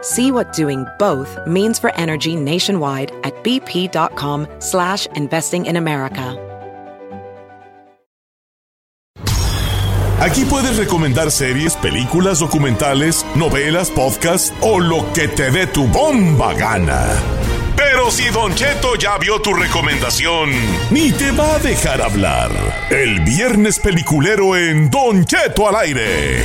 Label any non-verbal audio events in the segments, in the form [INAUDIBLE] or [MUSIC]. See what doing both means for energy nationwide at bp.com slash investing in America. Aquí puedes recomendar series, películas, documentales, novelas, podcasts o lo que te dé tu bomba gana. Pero si Don Cheto ya vio tu recomendación, ni te va a dejar hablar. El viernes peliculero en Don Cheto al aire.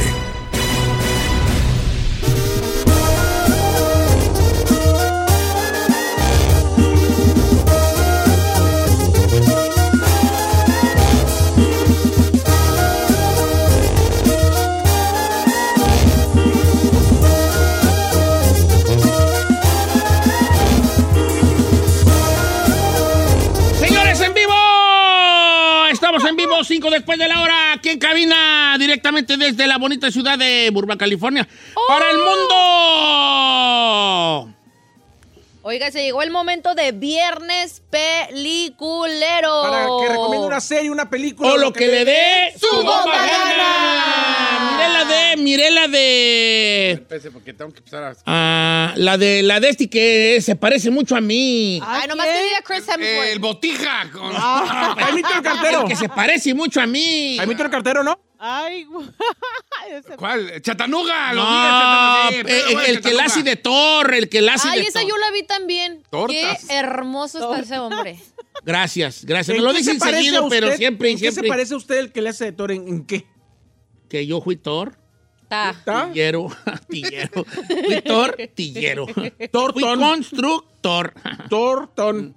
Señores, en vivo. Estamos en vivo, 5 después de la hora. Aquí en cabina, directamente desde la bonita ciudad de Burbank, California. ¡Para el Oh. mundo! Oiga, se llegó el momento de viernes peliculero. Para que recomiende una serie, una película. O lo que le dé su bomba gana. Miré la Ah. de, miré la de. Espérese, porque tengo que empezar a. ah, la de la de este que se parece mucho a mí. Ay, nomás que diga Chris Hemsworth. El botija. con- Ah. Jaimito el cartero. El que se parece mucho a mí. Jaimito el cartero, ¿no? Ay, güey. Ese- ¿Cuál? Chatanuga. Los No, días, eh, Chatanuga. Sí, el, el que la hace Chatanuga. de torre, el que la hace Ay, de esa torre. yo la vi también. Tortas. Qué hermoso está [LAUGHS] ese hombre. Gracias, gracias. ¿En Me lo qué se dicen parece a seguido, usted? pero siempre y ¿En qué se siempre. parece a usted el que le hace de Thor? ¿En, en qué? Que yo fui Thor, Ah. Está. ¿Está? tillero, [LAUGHS] tillero. Fui Thor, tillero. Thor, Fui Thor. constructor. Thornton.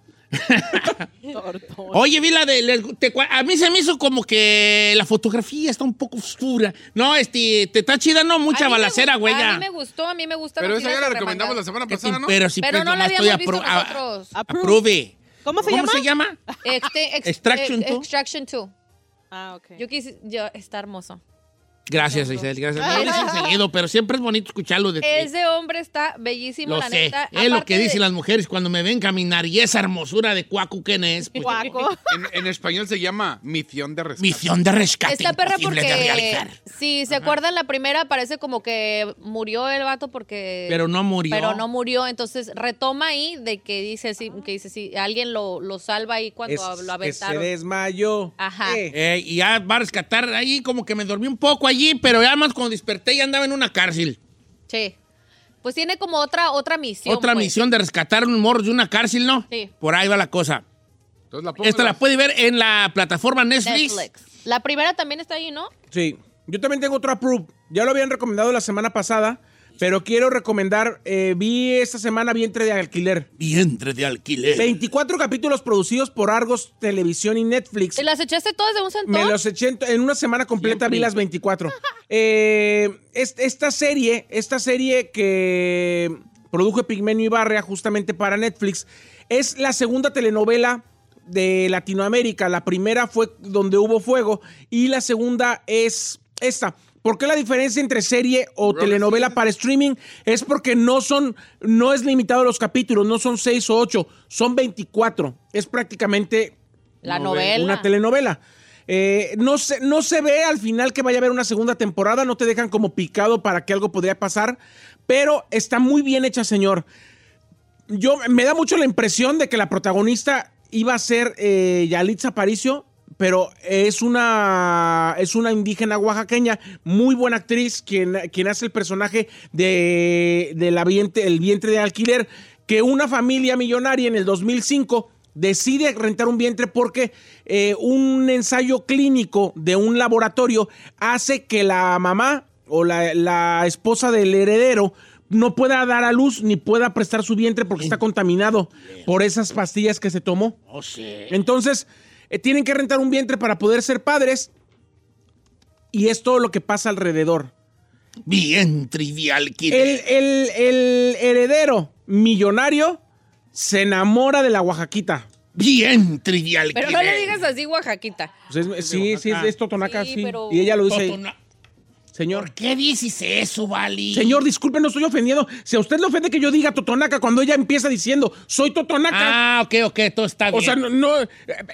Oye, vi la de... le- te cua- a mí se me hizo como que la fotografía está un poco oscura. No, este, te está chida, no, A mucha mí me balacera, gust- güey. A ya. mí me gustó, a mí me gusta. Pero los esa ya fines la de recomendamos la semana. semana pasada, ¿no? Pero sí, Pero pues, no la nomás estoy habíamos visto apro- a- nosotros. Approve. Approve. ¿Cómo se ¿Cómo llama? se llama? Este, ex- Extraction eh, two. Extraction 2. Ah, ok. Yo quise. Yo, está hermoso. Gracias, Isabel, gracias. [LAUGHS] No lo dicen seguido, pero siempre es bonito escucharlo de ti. Ese hombre está bellísimo, Lo la sé. neta. Es lo Aparte que de- dicen las mujeres cuando me ven caminar y esa hermosura de cuacu que es. Pues, Guaco. En, en español se llama misión de rescate. misión de rescate. Esta perra imposible de porque realizar. si se acuerdan la primera parece como que murió el vato porque Pero no murió. pero no murió, entonces retoma ahí de que dice si que dice si alguien lo, lo salva ahí cuando Es- lo que se aventaron. desmayó. Ajá. Eh, Eh, y ya va a rescatar ahí, como que me dormí un poco allí, pero ya más cuando desperté ya andaba en una cárcel. Sí. Pues tiene como otra otra misión. Otra pues. misión de rescatar un morro de una cárcel, ¿no? Sí. Por ahí va la cosa. Entonces la pongo Esta en la puede ver en la plataforma Netflix. Netflix. La primera también está ahí, ¿no? sí. Yo también tengo otro approve. Ya lo habían recomendado la semana pasada, pero quiero recomendar. eh, vi esta semana Vientre de Alquiler. Vientre de alquiler. 24 capítulos producidos por Argos Televisión y Netflix. ¿Te ¿Las echaste todas de un centón? Me los eché en, en una semana completa, vi las 24. Eh, es- esta serie, esta serie que produjo Pigmenio Ibarra justamente para Netflix, es la segunda telenovela de Latinoamérica. La primera fue Donde Hubo Fuego y la segunda es esta. ¿Por qué la diferencia entre serie o telenovela para streaming? Es porque no son, no es limitado los capítulos, no son 6 o 8, son 24. Es prácticamente La novela, novela. Una telenovela. Eh, no, se, no se ve al final que vaya a haber una segunda temporada, no te dejan como picado para que algo podría pasar, pero está muy bien hecha, señor. Yo me da mucho la impresión de que la protagonista iba a ser eh, Yalitza Aparicio, pero es una, es una indígena oaxaqueña, muy buena actriz, quien, quien hace el personaje de, de la vientre, el vientre de alquiler, que una familia millonaria en el 2005 decide rentar un vientre porque eh, un ensayo clínico de un laboratorio hace que la mamá o la, la esposa del heredero no pueda dar a luz ni pueda prestar su vientre porque está contaminado por esas pastillas que se tomó. O sea, Entonces, eh, tienen que rentar un vientre para poder ser padres y es todo lo que pasa alrededor. bien trivial. ¿quién El, es? el- el heredero millonario se enamora de la Oaxaquita. Bien trivial. Pero ¿quién no le es? digas así, Oaxaquita. Pues es- sí, sí, es, es Totonaca, Sí, sí. pero- Y ella lo dice, Ah. Totona- señor. ¿Por qué dices eso, Vali? Señor, disculpe, no estoy ofendiendo. Si a usted le ofende que yo diga Totonaca cuando ella empieza diciendo, soy Totonaca. Ah, ok, ok, todo está bien. o sea, no, no,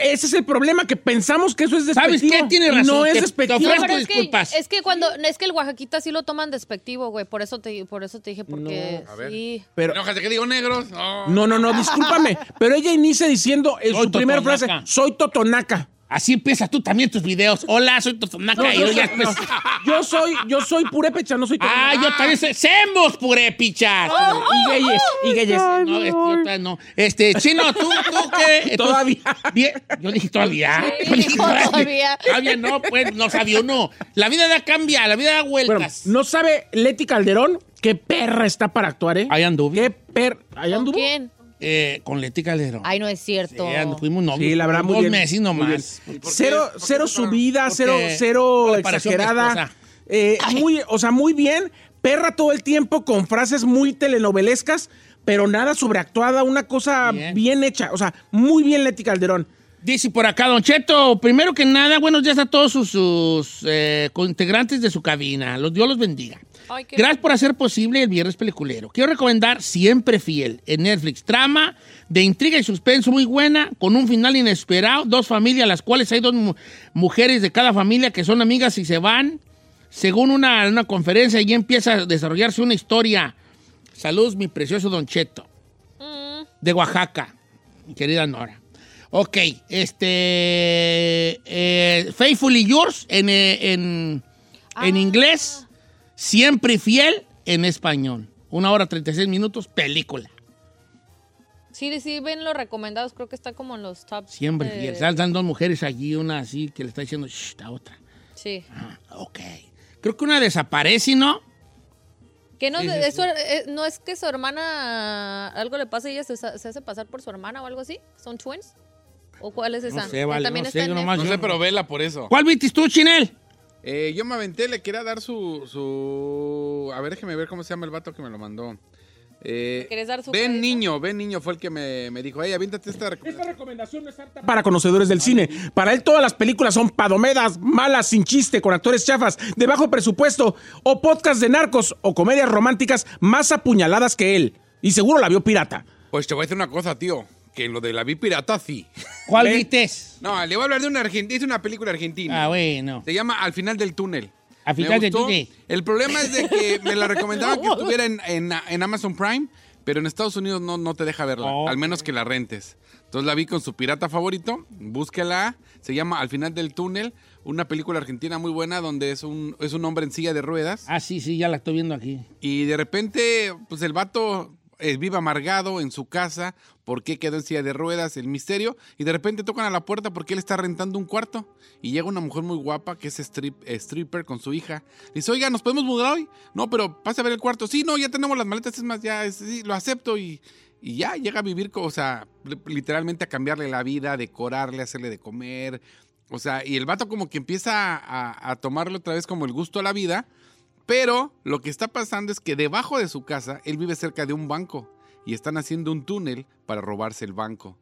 ese es el problema, que pensamos que eso es despectivo. ¿Sabes qué? Tiene y No razón, es te- te despectivo. No, ofrezco pero es que, disculpas. es que cuando es que el Oaxaquita sí lo toman despectivo, güey, por eso te por eso te dije porque A ver. sí. Pero- Enójate que digo negros. No. No, no, no, discúlpame. Pero ella inicia diciendo en Soy su primera totonaca. frase, soy Totonaca. Así empiezas tú también tus videos. Hola, soy Totonaca. y yo, luego ya soy, después- yo soy, yo soy purépecha, no soy Ah, yo también soy. ¡Semos purépichas! Y gayes, y gayes. Ah. No, este, yo todavía no. Este, chino, tú, tú [LAUGHS] qué. Todavía. Bien, yo dije todavía. Sí, [LAUGHS] Yo dije, todavía. [LAUGHS] Todavía no, pues no sabía uno. La vida da cambia, la vida da Bueno, vueltas. no sabe Leti Calderón qué perra está para actuar, ¿eh? Ahí anduve. ¿Qué perra? ¿Ahí ¿Con anduvo? quién? Eh, con Leti Calderón. Ay, no es cierto. Sí, andu- fuimos novios. Sí, la verdad, muy Dos bien. meses muy nomás. bien. ¿Por qué? Cero, ¿Por qué cero está- subida, cero, Porque cero le pareció mi exagerada. esposa. Eh, muy, o sea, muy bien, perra todo el tiempo con frases muy telenovelescas, pero nada sobreactuada, una cosa Bien. bien, hecha. O sea, muy bien Leti Calderón. Dice por acá, Don Cheto, primero que nada, buenos días a todos sus, sus, eh, integrantes de su cabina. Los, Dios los bendiga. Ay, qué- Gracias por hacer posible el viernes peliculero. Quiero recomendar Siempre Fiel en Netflix. Trama de intriga y suspenso muy buena, con un final inesperado. Dos familias, las cuales hay dos mu- mujeres de cada familia que son amigas y se van. Según una, una conferencia, y empieza a desarrollarse una historia. Saludos, mi precioso Don Cheto. Mm. De Oaxaca, mi querida Nora. Ok, este. eh, Faithfully Yours en, eh, en, en inglés. Siempre fiel en español. Una hora 36 minutos, película. Sí, sí, ven los recomendados, creo que está como en los top. Siempre eh, fiel. Están dos mujeres allí, una así que le está diciendo shh a otra. Sí. Ah, ok. Creo que una desaparece, ¿no? Que no, es su- eh, no es que su hermana algo le pasa y ella se, se hace pasar por su hermana o algo así. ¿Son twins? ¿O cuál es esa? sé, Que vale, también no está sé, en yo Netflix. nomás- No sé, pero vela por eso. ¿Cuál viste tú, Chinel? Eh, yo me aventé, le quería dar su, su... A ver, déjeme ver cómo se llama el vato que me lo mandó. Eh, ¿Quieres dar su Ben crédito? Niño, Ben Niño fue el que me, me dijo, ay, avíntate esta recomendación. recomendación es apta para conocedores del cine. Para él todas las películas son padomedas, malas, sin chiste, con actores chafas, de bajo presupuesto, o podcast de narcos, o comedias románticas más apuñaladas que él. Y seguro la vio pirata. Pues te voy a decir una cosa, tío, que lo de la vi pirata sí. ¿Cuál Ve. viste? No, le voy a hablar de una argentina, es una película argentina. Ah, bueno. Se llama Al final del túnel. Al Me final del gustó. túnel. El problema es [LAUGHS] de que me la recomendaban que estuviera en, en- en Amazon Prime, pero en Estados Unidos no, no te deja verla, Oh. al menos que la rentes. Entonces la vi con su pirata favorito, búsquela, se llama Al final del túnel, una película argentina muy buena donde es un, es un hombre en silla de ruedas Ah, sí, sí, ya la estoy viendo aquí. y de repente pues el vato eh, vive amargado en su casa, por qué quedó en silla de ruedas, el misterio, y de repente tocan a la puerta porque él está rentando un cuarto y llega una mujer muy guapa que es strip, eh, stripper con su hija. Le dice, oiga, ¿nos podemos mudar hoy? No, pero pase a ver el cuarto. Sí, no, ya tenemos las maletas, es más, ya es- sí, lo acepto y, y ya llega a vivir, co- o sea, li- literalmente a cambiarle la vida, a decorarle, a hacerle de comer. O sea, y el vato como que empieza a, a tomarle otra vez como el gusto a la vida. Pero lo que está pasando es que debajo de su casa él vive cerca de un banco y están haciendo un túnel para robarse el banco.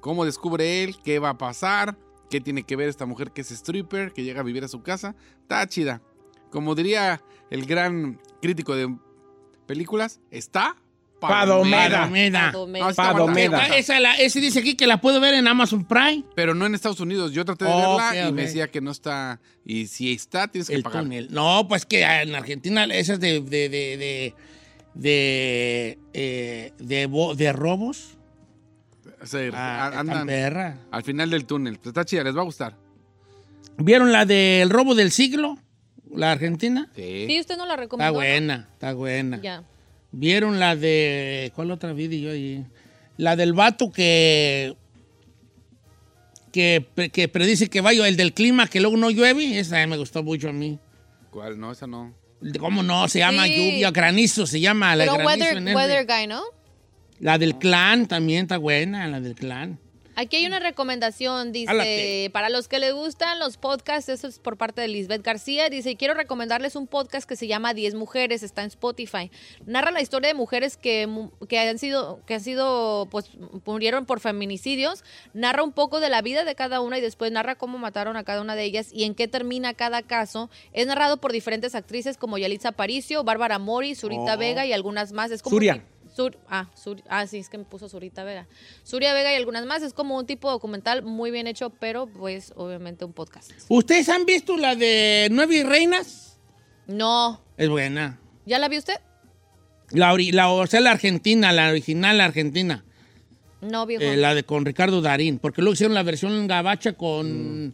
¿Cómo descubre él? ¿Qué va a pasar? ¿Qué tiene que ver esta mujer que es stripper, que llega a vivir a su casa? Está chida. Como diría el gran crítico de películas, está Palomera. palomera. Palomera. Palomera. No, está Palomera. aguantable. Ah, esa la- ese dice aquí que la puedo ver en Amazon Prime. Pero no en Estados Unidos. Yo traté de Oh, verla ok, y me ok. decía que no está. Y si está, tienes que El pagar. túnel. No, pues que en Argentina esas de de de de de, eh, de, bo- de robos O sea, ah, a- están andan perra. al final del túnel. Pues Está chida, les va a gustar. ¿Vieron la del robo del siglo? La Argentina. Sí, usted no la Está recomendó. buena, está buena. Ya. ¿Vieron la de cuál otra vi yo ahí? La del vato que que, pre- que predice que vaya el del clima que luego no llueve, esa me gustó mucho a mí. ¿Cuál? No, esa no. ¿Cómo no? Se llama Sí. lluvia, granizo, se llama Ah, la Pero granizo weather, en el- weather Guy, ¿no? La del clan también está buena, la del clan. Aquí hay una recomendación, dice, Álate. para los que les gustan los podcasts, eso es por parte de Lisbeth García, dice, quiero recomendarles un podcast que se llama 10 mujeres, está en Spotify. Narra la historia de mujeres que, mu- que han sido, que han sido, pues, murieron por feminicidios, narra un poco de la vida de cada una y después narra cómo mataron a cada una de ellas y en qué termina cada caso. Es narrado por diferentes actrices como Yalitza Aparicio, Bárbara Mori, Zurita Vega y algunas más. Es como un Zuria. ti- Sur, ah, Sur- ah, sí, es que me puso Zurita Vega. Zuria Vega y algunas más. Es como un tipo documental muy bien hecho, pero pues obviamente un podcast. ¿Ustedes han visto la de Nueve Reinas? No. Es buena. ¿Ya la vio usted? La, ori- la, o sea, la argentina, la original, la argentina. No, viejo. Eh, la de con Ricardo Darín. Porque luego hicieron la versión gabacha con,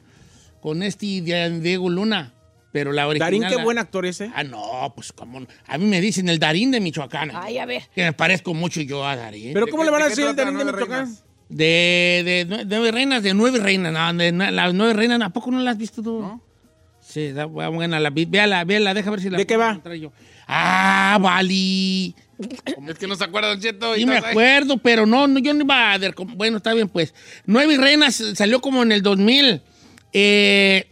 con este Di- Diego Luna. Pero la original. Darín, qué la- buen actor ese. Ah, no, pues cómo. no. A mí me dicen el Darín de Michoacán. ¿eh? Ay, a ver. Que me parezco mucho yo a Darín. Pero ¿De ¿cómo qué- le van a de qué decir el trata Darín de Nueve Michoacán? Reinas? De, de nue- nueve reinas, de nueve reinas. No, de nue- las nueve reinas, ¿a poco no las has visto tú? Sí, está bu- buena la vi. Véala, véala, deja ver si la ¿De qué puedo va? encontrar [LAUGHS] yo. Ah, Bali. Es que no se acuerda, Don Cheto. Sí y me no sabe. acuerdo, pero no, no, yo no iba a... ver cómo- Bueno, está bien, pues. Nueve reinas eh, salió como en el 2000. Eh,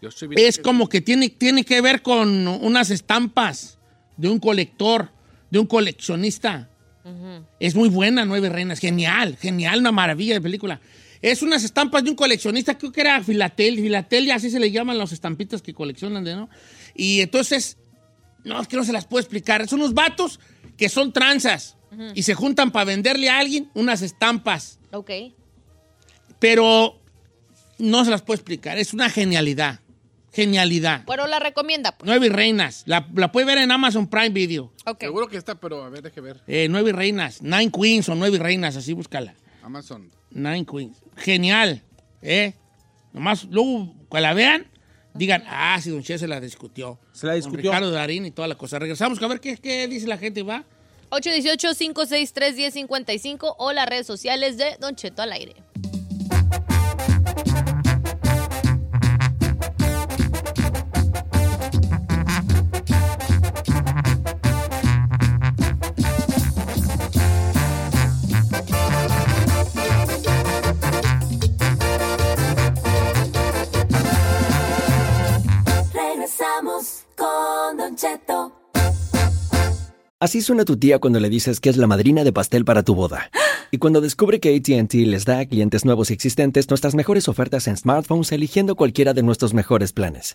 Yo estoy bien- es como que tiene, tiene que ver con unas estampas de un colector, de un coleccionista. Es muy buena, Nueve Reinas. Genial, genial, una maravilla de película. Es unas estampas de un coleccionista, creo que era Filatel, Filatelia, así se le llaman las estampitas que coleccionan, de ¿no? Y entonces, no, es que no se las puedo explicar. Son unos vatos que son tranzas y se juntan para venderle a alguien unas estampas Ok. pero no se las puedo explicar. Es una genialidad. Genialidad. Bueno, la recomienda. pues. Nueve Reinas. La, la puede ver en Amazon Prime Video. Ok. Seguro que está, pero a ver, deje ver. Eh, Nueve Reinas. Nine Queens o Nueve Reinas. Así búscala. Amazon. Nine Queens. Genial. ¿Eh? Nomás luego que la vean, digan, ah, si Don Che se la discutió. Se la Con discutió. Ricardo Darín y toda la cosa. Regresamos a ver qué, qué dice la gente, ¿va? 818-563-1055 o las redes sociales de Don Cheto al aire. Regresamos con Don Cheto. Así suena tu tía cuando le dices que es la madrina de pastel para tu boda. Y cuando descubre que ATT les da a clientes nuevos y existentes nuestras mejores ofertas en smartphones eligiendo cualquiera de nuestros mejores planes.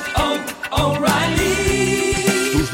¿Tus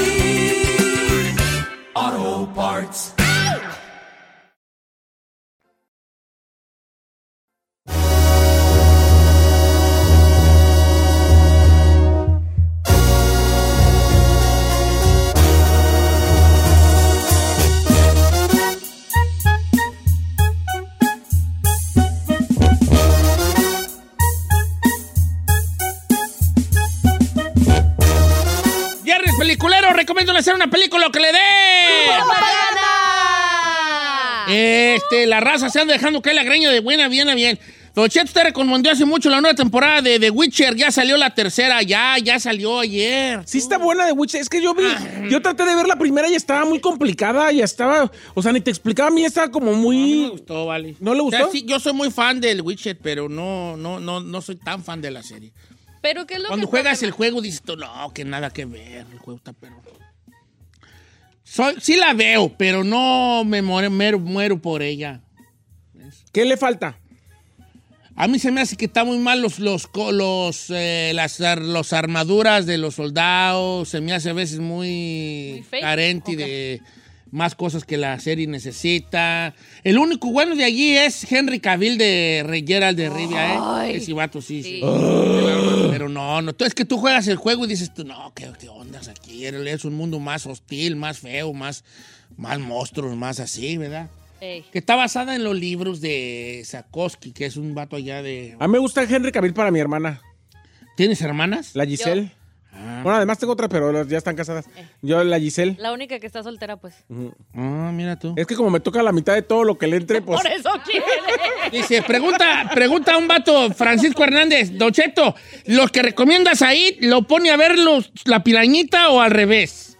Viernes peliculero, recomiendo hacer una película que le dé. Este, la raza se anda dejando caer la greña de buena, bien, bien. Don Cheto, usted recomendó hace mucho la nueva temporada de The Witcher. Ya salió la tercera, ya, ya salió ayer. Sí está buena de Witcher. Es que yo vi, Ah. yo traté de ver la primera y estaba muy complicada, ya estaba, o sea, ni te explicaba a mí, estaba como No me muy... gustó, vale. ¿No le O sea, gustó? sí, yo soy muy fan del Witcher, pero no, no, no, no soy tan fan de la serie. Pero ¿qué es lo Cuando que juegas el juego dices tú, no, que nada que ver, el juego está pero. Soy, sí la veo, pero no me muero, muero, muero por ella. ¿Qué le falta? A mí se me hace que está muy mal los, los, co- los, eh, las ar- los armaduras de los soldados. Se me hace a veces muy, fake, carente de más cosas que la serie necesita. El único bueno de allí es Henry Cavill de Re- Gerald de Rivia, ¿eh? Ay. Ese vato, sí, sí. Sí. Pero no, no. Tú, es que tú juegas el juego y dices, tú, no, ¿qué, qué ondas aquí? Es un mundo más hostil, más feo, más, más monstruos, más así, ¿verdad? Ey. Que está basada en los libros de Sakoski, que es un vato allá de... A mí me gusta Henry Cavill para mi hermana, ¿Tienes hermanas? la Giselle. Ah, Eh. Bueno, además tengo otra, pero las- ya están casadas. Yo, la Giselle. La única que está soltera, pues. ah, mira tú. Es que como me toca la mitad de todo lo que le entre, pues. Por eso quiere. Dice, pregunta, pregunta a un vato, Francisco Hernández, Docheto, ¿los que recomiendas ahí lo pone a ver los, la pirañita o al revés?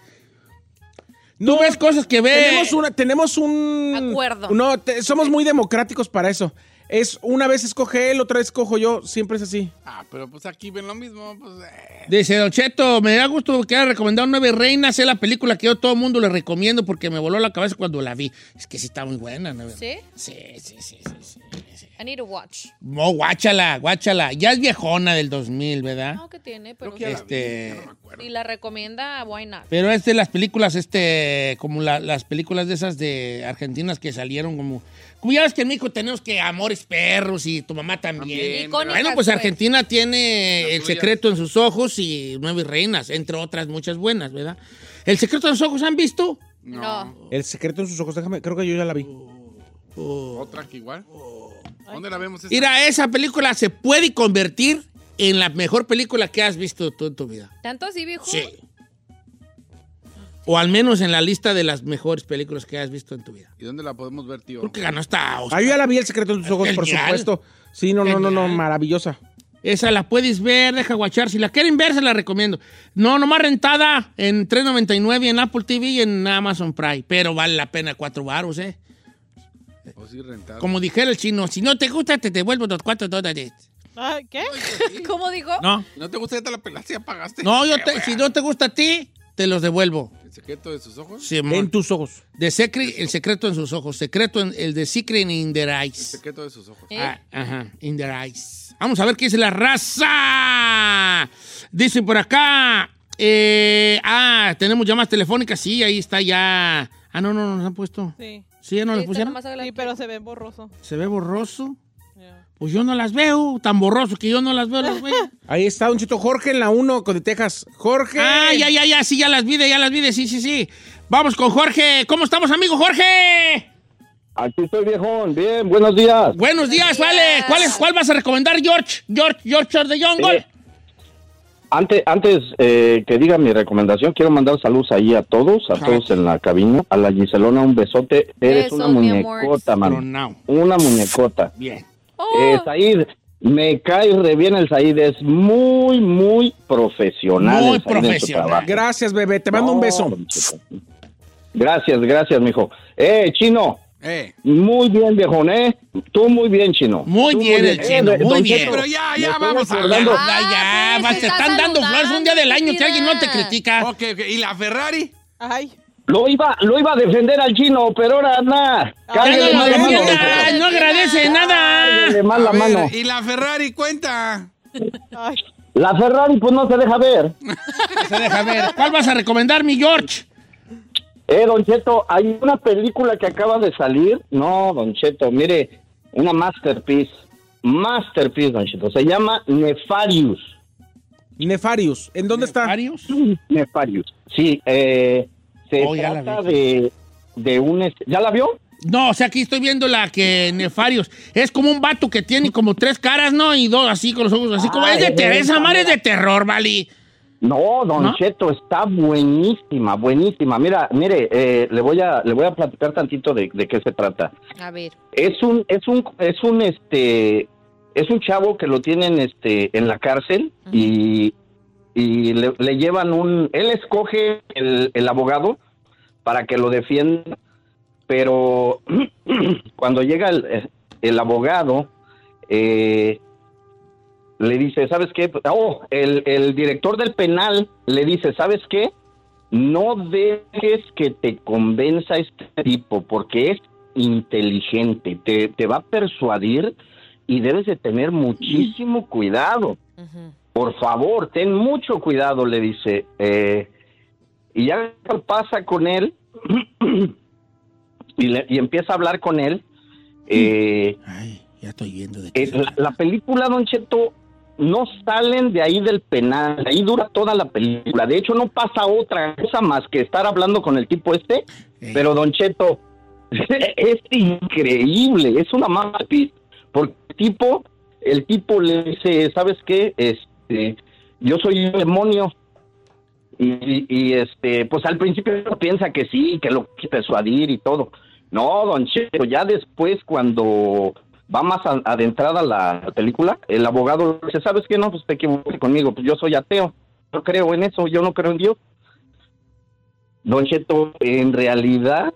No ves cosas que ve... Tenemos, una, tenemos un. Acuerdo. No, te- somos muy democráticos para eso. Es una vez escoge él, otra vez escojo yo. Siempre es así. Ah, pero pues aquí ven lo mismo. Pues, eh. Dice Don Cheto, me da gusto que haya recomendado Nueve Reinas. Es la película que yo a todo el mundo le recomiendo porque me voló la cabeza cuando la vi. Es que sí está muy buena, Nueve ¿Sí? Sí, sí, sí, sí. sí, sí. I need to watch. No, guáchala, guáchala. Ya es viejona del 2000, ¿verdad? No, que tiene, pero que ya la- Este, si la recomienda, why not? pero es de las películas, este, como la- las películas de esas de argentinas que salieron como... Como ya ves que en México tenemos que Amores Perros y tu mamá también. También. Icónicas, Bueno, pues Argentina tiene Las El tuyas. secreto en sus ojos y Nueve Reinas, entre otras muchas buenas, ¿verdad? El secreto en sus ojos, ¿han visto? No. El secreto en sus ojos, déjame, creo que yo ya la vi. Otra que igual. ¿Dónde la vemos? esa? Mira, esa película se puede convertir en la mejor película que has visto tú en tu vida. ¿Tanto así, viejo? Sí. O al menos en la lista de las mejores películas que has visto en tu vida. ¿Y dónde la podemos ver, tío? Creo que ganó esta Oscar. Ah, yo ya la vi, el secreto en sus ojos, por Genial. supuesto. Sí, no, no, no, no, Genial. maravillosa. Esa la puedes ver, deja guachar. Si la quieren ver, se la recomiendo. No, nomás rentada en 3.99 en Apple TV y en Amazon Prime. Pero vale la pena cuatro baros, ¿eh? O sí, rentar. Como dijera el chino, si no te gusta, te devuelvo los cuatro dólares. Ah, ¿Qué? [LAUGHS] ¿Cómo dijo? No, Si ¿No te gusta esta la pelacia? ¿Pagaste? no, yo te- Eh, si no te gusta a ti, te los devuelvo. ¿El secreto de sus ojos? Simón. En tus ojos. De secre- el secreto en sus ojos, secreto en el de Secret in their El eyes. secreto de sus ojos. ¿Eh? Ah, ajá, in their eyes. Vamos a ver qué dice la raza. Dice por acá. eh, ah, tenemos llamadas telefónicas. Sí, ahí está ya. Ah, no, no, no nos han puesto. Sí. Sí, ya no Sí, las está pusieron. nomás Sí, adelante. pero se ve borroso. Se ve borroso. Ya. Pues yo no las veo. Tan borroso que yo no las veo. [LAUGHS] Las güeyes. Ahí está Don Chito Jorge en la 1 con de Texas. Jorge. ah, ya, ya, ya. Sí, ya las vi, ya las vi. Sí, sí, sí. Vamos con Jorge. ¿Cómo estamos, amigo Jorge? Aquí estoy, viejón. Bien, buenos días. Buenos días, días. vale. ¿Cuál, es, ¿Cuál vas a recomendar, George? George, George de Young. Eh, Antes, antes eh, que diga mi recomendación, quiero mandar saludos ahí a todos, a todos en la cabina. A la Giselona, un besote. Eres Besos, una mi muñecota, Pero mano. no. Una muñecota. Bien. Oh, Eh, Said, me cae re bien el Said. Es muy, muy profesional. Muy el Said en su profesional. trabajo. Gracias, bebé. Te mando un No, beso. don Cheto. Gracias, gracias, mijo. Eh, chino. Eh. Muy bien, viejón, ¿eh? Tú muy bien, chino. Muy Tú bien, el chino, Eh, muy don bien. Cheto, Pero ya, ya, me estoy vamos a acordando. hablar. Ah, Ah, ya, pues, va, te te está están dando flores un día del año que saludando, alguien no te mira. critica. Ok, ok. ¿Y la Ferrari? Ay. Lo iba, lo iba a defender al chino, pero ahora nada. Ya no Cállale Ah, lo más la mano. defiendas, no agradece nada. Cállale más A la ver, mano. ¿Y la Ferrari cuenta? Ay. La Ferrari pues no se deja ver. Pues Se deja ver. ¿Cuál vas a recomendar, mi George? Eh, Don Cheto, hay una película que acaba de salir. No, Don Cheto, mire, una masterpiece. Masterpiece, Don Cheto. Se llama Nefarius. Nefarius. ¿En dónde está? ¿Varios? Nefarius. Sí, eh, se Oh, ya la trata de, de un... este- ¿Ya la vio? No, o sea, aquí estoy viendo la que Nefarios. Es como un vato que tiene como tres caras, ¿no? Y dos así con los ojos así como. Ah, Es de es Teresa, esa, Mar, es mira. de terror, Vali. No, Don ¿No? Cheto, está buenísima, buenísima. Mira, mire, eh, le voy a le voy a platicar tantito de, de qué se trata. a ver. Es un es un es un este es un chavo que lo tienen este en la cárcel y y le, le llevan un él escoge el, el abogado para que lo defienda, pero [CLEARS THROAT] cuando llega el, eh, el abogado eh, le dice, ¿sabes qué? Oh, el, el director del penal le dice, ¿sabes qué? No dejes que te convenza este tipo porque es inteligente, te, te va a persuadir y debes de tener muchísimo cuidado. Por favor, ten mucho cuidado, le dice. Eh, y ya pasa con él [CLEARS THROAT] y, le- y empieza a hablar con él. Eh, Ya estoy viendo de eh, la, la película, Don Cheto, no salen de ahí del penal. Ahí dura toda la película. De hecho, no pasa otra cosa más que estar hablando con el tipo este. Pero, Don Cheto, [LAUGHS] es increíble. Es una masterpiece. Porque el tipo, el tipo le dice, ¿sabes qué? Este, yo soy un demonio. Y, y, este, pues al principio uno piensa que sí, que lo quiere persuadir y todo. No, don Cheto, ya después cuando va más a- adentrada la película, el abogado le dice, ¿sabes qué? No, pues te equivocaste conmigo, pues yo soy ateo, no creo en eso, yo no creo en Dios. Don Cheto, en realidad,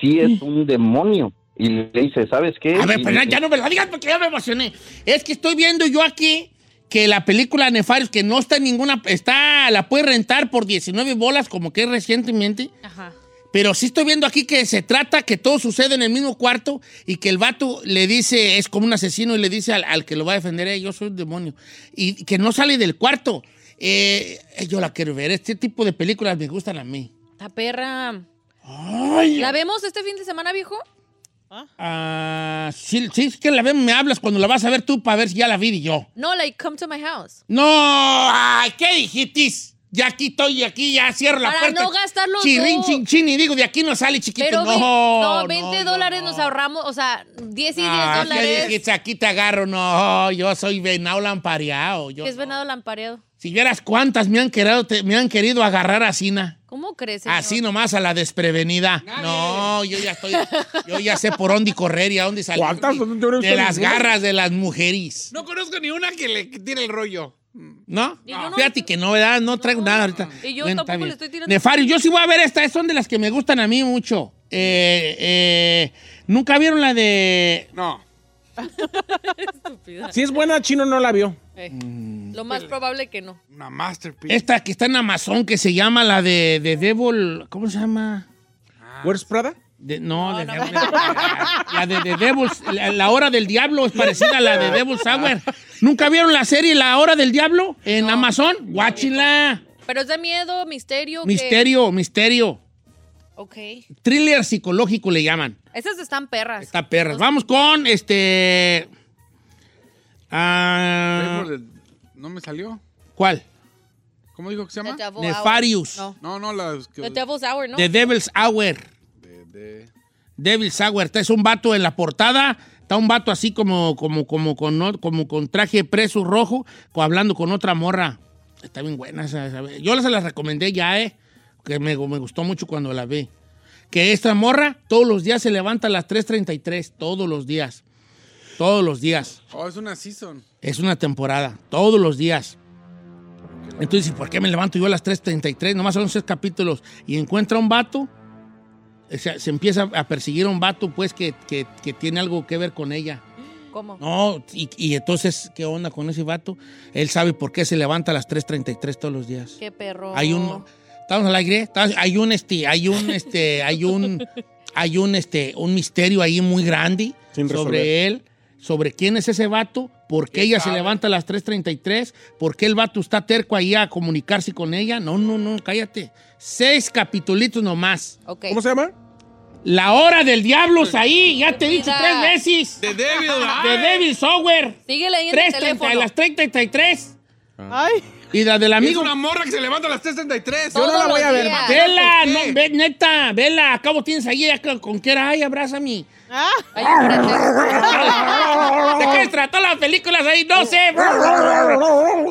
sí es un demonio. Y le dice, ¿sabes qué? A ver, Y- pero ya no me la digas porque ya me emocioné. Es que estoy viendo yo aquí que la película Nefarios, que no está en ninguna, está, la puedes rentar por 19 bolas, como que recientemente. Ajá. Pero sí estoy viendo aquí que se trata que todo sucede en el mismo cuarto y que el vato le dice, es como un asesino y le dice al, al que lo va a defender, "Eh, yo soy un demonio. Y que no sale del cuarto. Eh, yo la quiero ver. Este tipo de películas me gustan a mí. La perra. Ay. ¿La vemos este fin de semana, viejo? Ah, sí, sí, es que la vemos, me hablas cuando la vas a ver tú para ver si ya la vi y yo. No, like, come to my house. No, ay, ¿qué dijitis? Ya aquí estoy, aquí ya cierro la Para puerta. no gastar los Chirrin, dos. chin, chin, y digo, de aquí no sale chiquito. Pero ve- no, no, 20 dólares nos ahorramos, o sea, 10 y 10 Ah, ¿qué dólares. dijiste? Aquí te agarro. No, oh, yo soy venado lampareado. Yo- Que es venado lampareado. si vieras cuántas me han querido, te- me han querido agarrar así, na. ¿Cómo crees? señor? Así nomás a la desprevenida. Ah, No, yo ya estoy, yo ya sé por dónde correr y a dónde salir. ¿Cuántas? No, no, no, De las ninguna. garras de las mujeres. No conozco ni una que le tire el rollo. ¿No? Y yo no- Fíjate que no, ¿verdad? No traigo nada ahorita. Y yo está tampoco le bien. estoy tirando- Nefario, yo sí voy a ver esta. Es son de las que me gustan a mí mucho. Eh, eh, ¿Nunca vieron la de...? No. [LAUGHS] Si es buena, Chino no la vio. [LAUGHS] Eh, Mm. Lo más probable que no. Una masterpiece. Esta que está en Amazon que se llama la de, de Devil... ¿Cómo se llama? Ah. ¿Where's Prada? no, de Devil- [LAUGHS] la de, de Devil's... La, la Hora del Diablo es parecida a la de Devil's Hour. ¿Nunca vieron la serie La Hora del Diablo en Amazon? Guáchenla. Pero es de miedo, misterio. que- Misterio, misterio. Ok. Thriller psicológico le llaman. Esas están perras. Está perras. Vamos con este. ah, No me salió. ¿Cuál? ¿Cómo dijo que se llama? The Devil Nefarius. Hour. No, no, la... que- The Devil's Hour, ¿no? The Devil's Hour. Devil's Hour. Este es un vato en la portada. Está un vato así como, como, como, con, o- como con traje preso rojo, co- hablando con otra morra. Está bien buena esa. esa- Yo se las recomendé ya, ¿eh? Que me, me gustó mucho cuando la vi. Que esta morra todos los días se levanta a las 3.33. Todos los días. Todos los días. Oh, es una season. Es una temporada, todos los días. Entonces, ¿y ¿por qué me levanto yo a las 3.33? Nomás son seis capítulos. Y encuentra un vato, o sea, se empieza a perseguir a un vato, pues, que, que- que tiene algo que ver con ella. ¿Cómo? No, y, y entonces, ¿qué onda con ese vato? Él sabe por qué se levanta a las 3.33 todos los días. Qué perro. Hay un. ¿Estamos al aire? ¿Estamos- Hay un este, hay un este, hay un hay un este, un misterio ahí muy grande Sin sobre resolver. él, sobre quién es ese vato, por qué ella se levanta a las 3.33, por qué el vato está terco ahí a comunicarse con ella. No, no, no, cállate. Seis capitulitos nomás. Ok. ¿Cómo se llama? La hora del diablo es ahí, ya te he dicho tres veces. De Devil. De Devil Software. Síguele ahí en el 3.30, a teléfono. las 3.33. Ay. Y la del amigo. Es una morra que se levanta a las 3.33. Yo no la Todos voy a los ver, días. vato. Vela, ¿Por no, qué? ve, neta, vela, acabo tienes ahí acá, con que era, ay, abrázame. Ah, Ahí enfrente. [LAUGHS] ¿De qué se trató las películas ahí? No [LAUGHS] sé.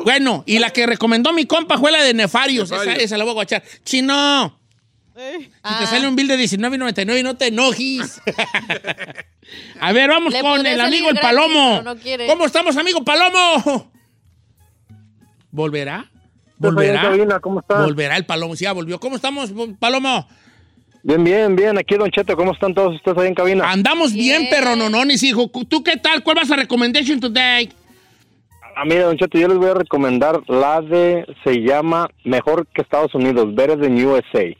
Bueno, y la que recomendó mi compa fue la de Nefarios. Esa, Nefarios. esa la voy a guachar. Chino, eh. si Ah. te sale un bill de $19.99 no te enojes. a ver, vamos Le con podría el salir amigo el gratis, Palomo. pero no quiere. ¿Cómo estamos, amigo Palomo? ¿Volverá? Estoy ¿Volverá? ahí en cabina, ¿cómo está? Volverá el Palomo. Sí, ya volvió. ¿Cómo estamos, Palomo? Bien, bien, bien. Aquí, Don Cheto, ¿cómo están todos ustedes ahí en cabina? Andamos bien, Bien. perro nonones, hijo. ¿Tú qué tal? ¿Cuál vas a recommendation today? Ah, mira, Don Cheto, yo les voy a recomendar la de, se llama Mejor que Estados Unidos, Better Than USA.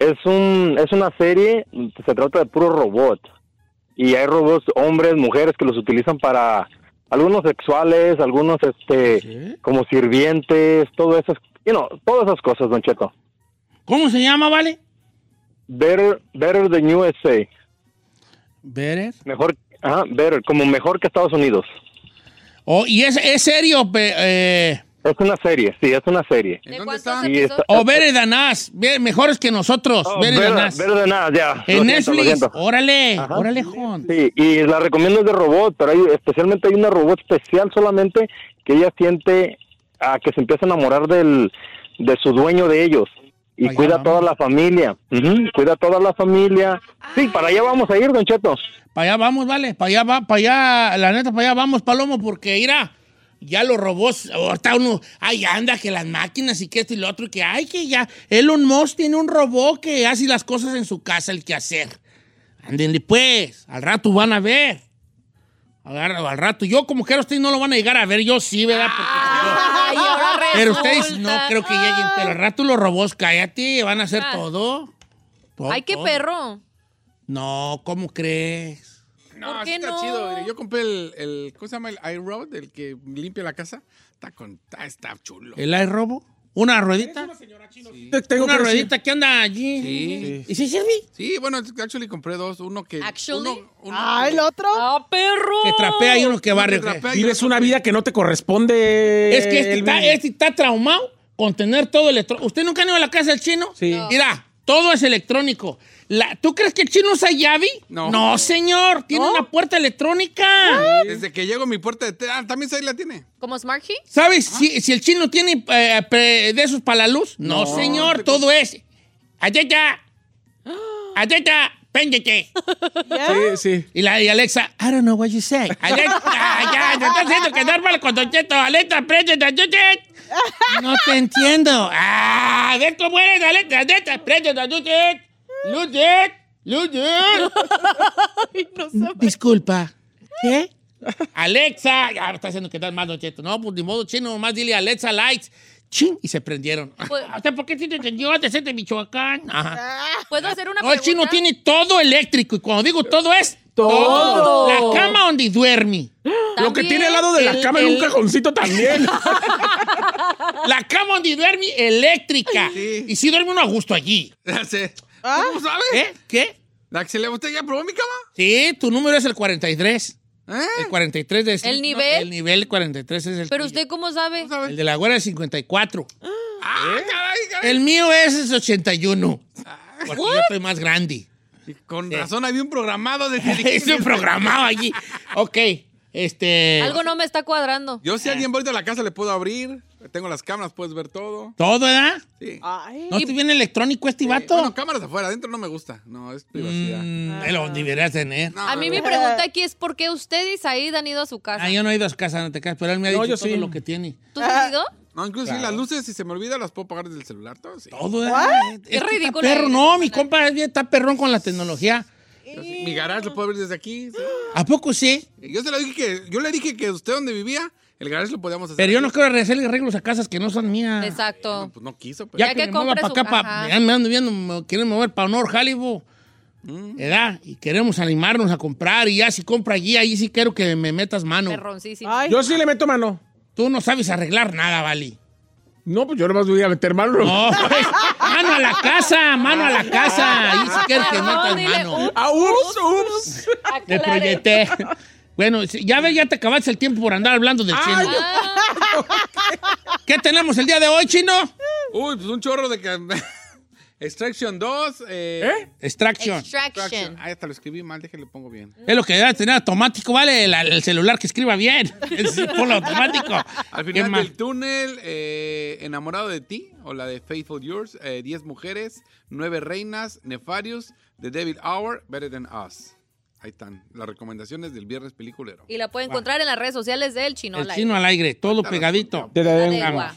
Es, un, es una serie, se trata de puro robot. Y hay robots, hombres, mujeres, que los utilizan para algunos sexuales, algunos este como sirvientes, todo eso, you know, todas esas cosas, Don Cheto. ¿Cómo se llama, vale? Better, better than USA. Better. Mejor, ajá, better, como mejor que Estados Unidos. Oh, y es, es serio, pe- eh. Es una serie, sí, es una serie. Y está- O Better Than Us, Ve- mejores que nosotros. Oh, Better Better- Than Us. Better Than Us, ya. En Lo siento, lo Netflix. siento. Órale, Ajá. órale, Jon. Sí, y la recomiendo es de robot, pero hay, especialmente hay una robot especial solamente que ella siente a que se empieza a enamorar del, de su dueño de ellos y cuida a toda la familia, Ujú, cuida a toda la familia. Sí, para allá vamos a ir, don Cheto. Para allá vamos, vale. Para allá, va, para allá, la neta, para allá vamos, Palomo, porque irá. Ya los robots, ahorita uno, ay, anda, que las máquinas y que esto y lo otro, y que ay, que ya. Elon Musk tiene un robot que hace las cosas en su casa, el que hacer. Ándenle, pues, al rato van a ver. Agarra- al rato. Yo, como quiera, ustedes no lo van a llegar a ver, yo sí, ¿verdad? Porque- Ay, ahora pero resulta. ustedes no creo que lleguen, pero al rato los robots, cállate, van a hacer Ah. todo. Todo, Ay, qué todo. perro. No, ¿cómo crees? No, sí ¿Por qué está no? chido. mire, Yo compré el, el- ¿cómo se llama? El iRobot, el que limpia la casa. Está con, está, está chulo. ¿El hay robo? ¿Una ruedita? Tengo ¿Una que decir- ruedita que anda allí? Sí. ¿Y si sirve? Sí, bueno, actually compré dos. Uno que... Actually. Ah, el otro. Ah, perro. Que trapea y uno que barre. ¿qué? Vives una vida que no te corresponde. Es que este Elvin. está, este está traumado con tener todo electrónico. ¿Usted nunca ha ido a la casa del chino? Sí. No. Mira, todo es electrónico. La- ¿Tú crees que el chino usa llave? No. señor. Tiene una puerta electrónica. Desde que llego a mi puerta de... té- Ah, también ahí la tiene. ¿Como Smart Key? ¿Sabes si, si el chino tiene eh, pre- de esos para la luz? No, No. señor. Todo es... Ayeta. Ayeta. Péndete. Sí, sí. Y, la, y Alexa, I don't know what you [LAUGHS] say. Alexa, ya, te estás haciendo quedar mal con Don Cheto. Alexa, prende Don Cheto. No te entiendo. Ah, ¿ves cómo eres, Alexa? Alexa, prende Don Cheto. Luchet, Luchet. Disculpa. ¿Qué? Alexa, ya me está haciendo quedar mal Don Cheto. No, pues ni modo chino, nomás dile Alexa Lights. Chin, y se prendieron. Pues- [LAUGHS] O sea, ¿por qué sí te entendió antes de Michoacán? Ajá. Ah. ¿Puedo hacer una No, el pregunta? chino tiene todo eléctrico. Y cuando digo todo es Todo. La cama donde duerme. Lo que También tiene al lado de la el- cama en un el- cajoncito también. [LAUGHS] La cama donde duerme eléctrica. Sí. Y si duerme uno a gusto allí. Ya sé. Ah. ¿Cómo sabe? ¿Eh? ¿Qué? La que se le- ¿Usted ya probó mi cama? Sí, tu número es el 43. ¿Eh? El 43 de signo- nivel? El nivel 43 es el ¿Pero tuyo. usted cómo sabe? El de la güera es 54. Ah, caray, caray. El mío es, es 81. Porque yo estoy más grande. Y Con razón había un programado [LAUGHS] de es un programado allí. Ok, este... Algo no me está cuadrando. Yo si alguien vuelve a la casa le puedo abrir. Tengo las cámaras, puedes ver todo. ¿Todo, ¿verdad? Sí. Ay. ¿No te viene electrónico este Eh, vato? bueno, cámaras afuera, adentro no me gusta. No, es privacidad. Mm, es lo deberías tener. No, A mí no, mi no. pregunta aquí es ¿por qué usted y Said han ido a su casa? Ah, yo no he ido a su casa, no te creas, pero él me ha No, dicho yo todo sí. lo que tiene. ¿Tú [LAUGHS] has ido? No, incluso sí, las luces, si se me olvida, las puedo pagar desde el celular. Todo, sí. Todo es. Este está ridículo perro, eres, no, mi compa es bien- está perrón con la tecnología. Así, Mi garage lo puedo abrir desde aquí. sí. ¿A poco sí? Yo se lo dije que, yo le dije que usted donde vivía, el garage lo podíamos hacer. Pero yo no aquí. quiero hacerle arreglos a casas que no son mías. Exacto. No, pues no quiso, pero. Ya, Ya que, que me mueva compre para su acá, pa, ¿eh? caja. ya me ando viendo, me quieren mover para Honor Hollywood. Mm. ¿Verdad? Y queremos animarnos a comprar. Y ya si compra allí, ahí sí quiero que me metas mano. Perroncísimo. Ay. Yo sí le meto mano. Tú no sabes arreglar nada, Vali. No, pues yo nomás voy a meter mano. [LAUGHS] No, pues, mano a la casa, mano a la casa. Ahí sí quiero que No, metas dile, mano. "Ups, Ah, ups, ups. Te aclare". proyecté. [LAUGHS] Bueno, sí, ya ves, ya te acabaste el tiempo por andar hablando del chino. Ah, [LAUGHS] ¿Qué tenemos el día de hoy, chino? Uy, pues un chorro de. que- Extraction 2. Eh, Extraction. extraction. Extraction. Ah, hasta lo escribí mal, déjale, lo pongo bien. Es lo que debe tener automático, ¿vale? El, el celular que escriba [LAUGHS] bien. [LAUGHS] Sí, ponlo automático. Al ¿Qué final más? del túnel, eh, Enamorado de ti, o la de Faithful Yours, 10 mujeres, 9 reinas, Nefarius, The David Hour, Better Than Us. Ahí están las recomendaciones del viernes peliculero. Y la puede encontrar en las redes sociales del chino. El Live. chino al aire, todo pegadito. Te la La den. lengua.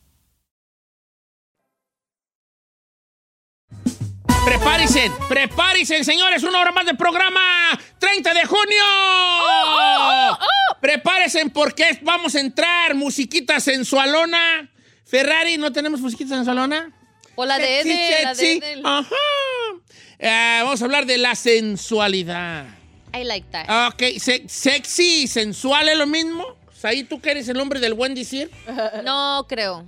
Prepárense, prepárense, señores, una hora más de programa. 30 de junio. Prepárense porque vamos a entrar musiquita sensualona. Ferrari, ¿no tenemos musiquita sensualona? O la de Sexy, Edel, la de sexy. Edel. Ajá. Eh, vamos a hablar de la sensualidad. I like that. Ok, se- sexy y sensual es lo mismo. Ahí tú que eres el hombre del buen decir. [LAUGHS] No creo.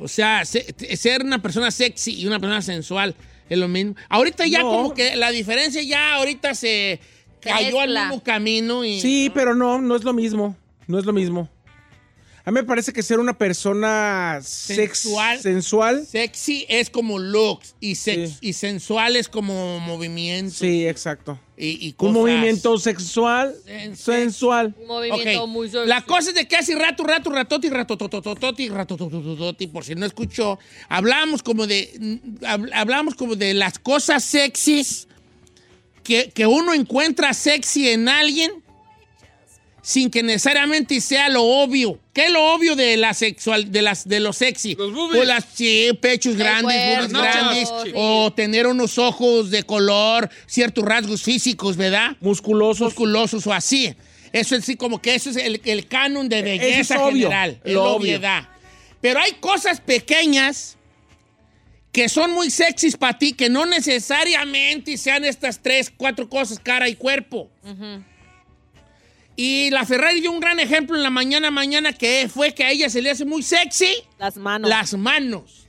O sea, se- t- ser una persona sexy y una persona sensual es lo mismo. Ahorita ya No. como que la diferencia ya ahorita se cayó al mezcla. mismo camino y... Sí, pero no, no es lo mismo. No es lo mismo. A mí me parece que ser una persona sex- Sensual. sensual. Sexy es como looks y, sex- y sensual es como movimiento. Sí, exacto. Y, y Un cosas. movimiento sexual. sensual. movimiento Ok, muy La cosa es de que hace rato, rato, ratoti, ratototototi, ratototototi, por si no escuchó, hablamos como de, mm, hab- hablamos como de las cosas sexys que, que uno encuentra sexy en alguien sin que necesariamente sea lo obvio. ¿Qué es lo obvio de la sexual, de las de lo sexy? Los boobies. las sí, pechos grandes, boobies cuerpo, grandes, sí. o tener unos ojos de color, ciertos rasgos físicos, ¿verdad? Musculosos. Musculosos o así. Eso es sí, como que eso es el, el canon de es belleza obvio, general, es lo la obvio. obviedad. Pero hay cosas pequeñas que son muy sexys para ti, que no necesariamente sean estas tres, cuatro cosas, cara y cuerpo. Y la Ferrari dio un gran ejemplo en la mañana, mañana, que fue que a ella se le hace muy sexy. Las manos. Las manos.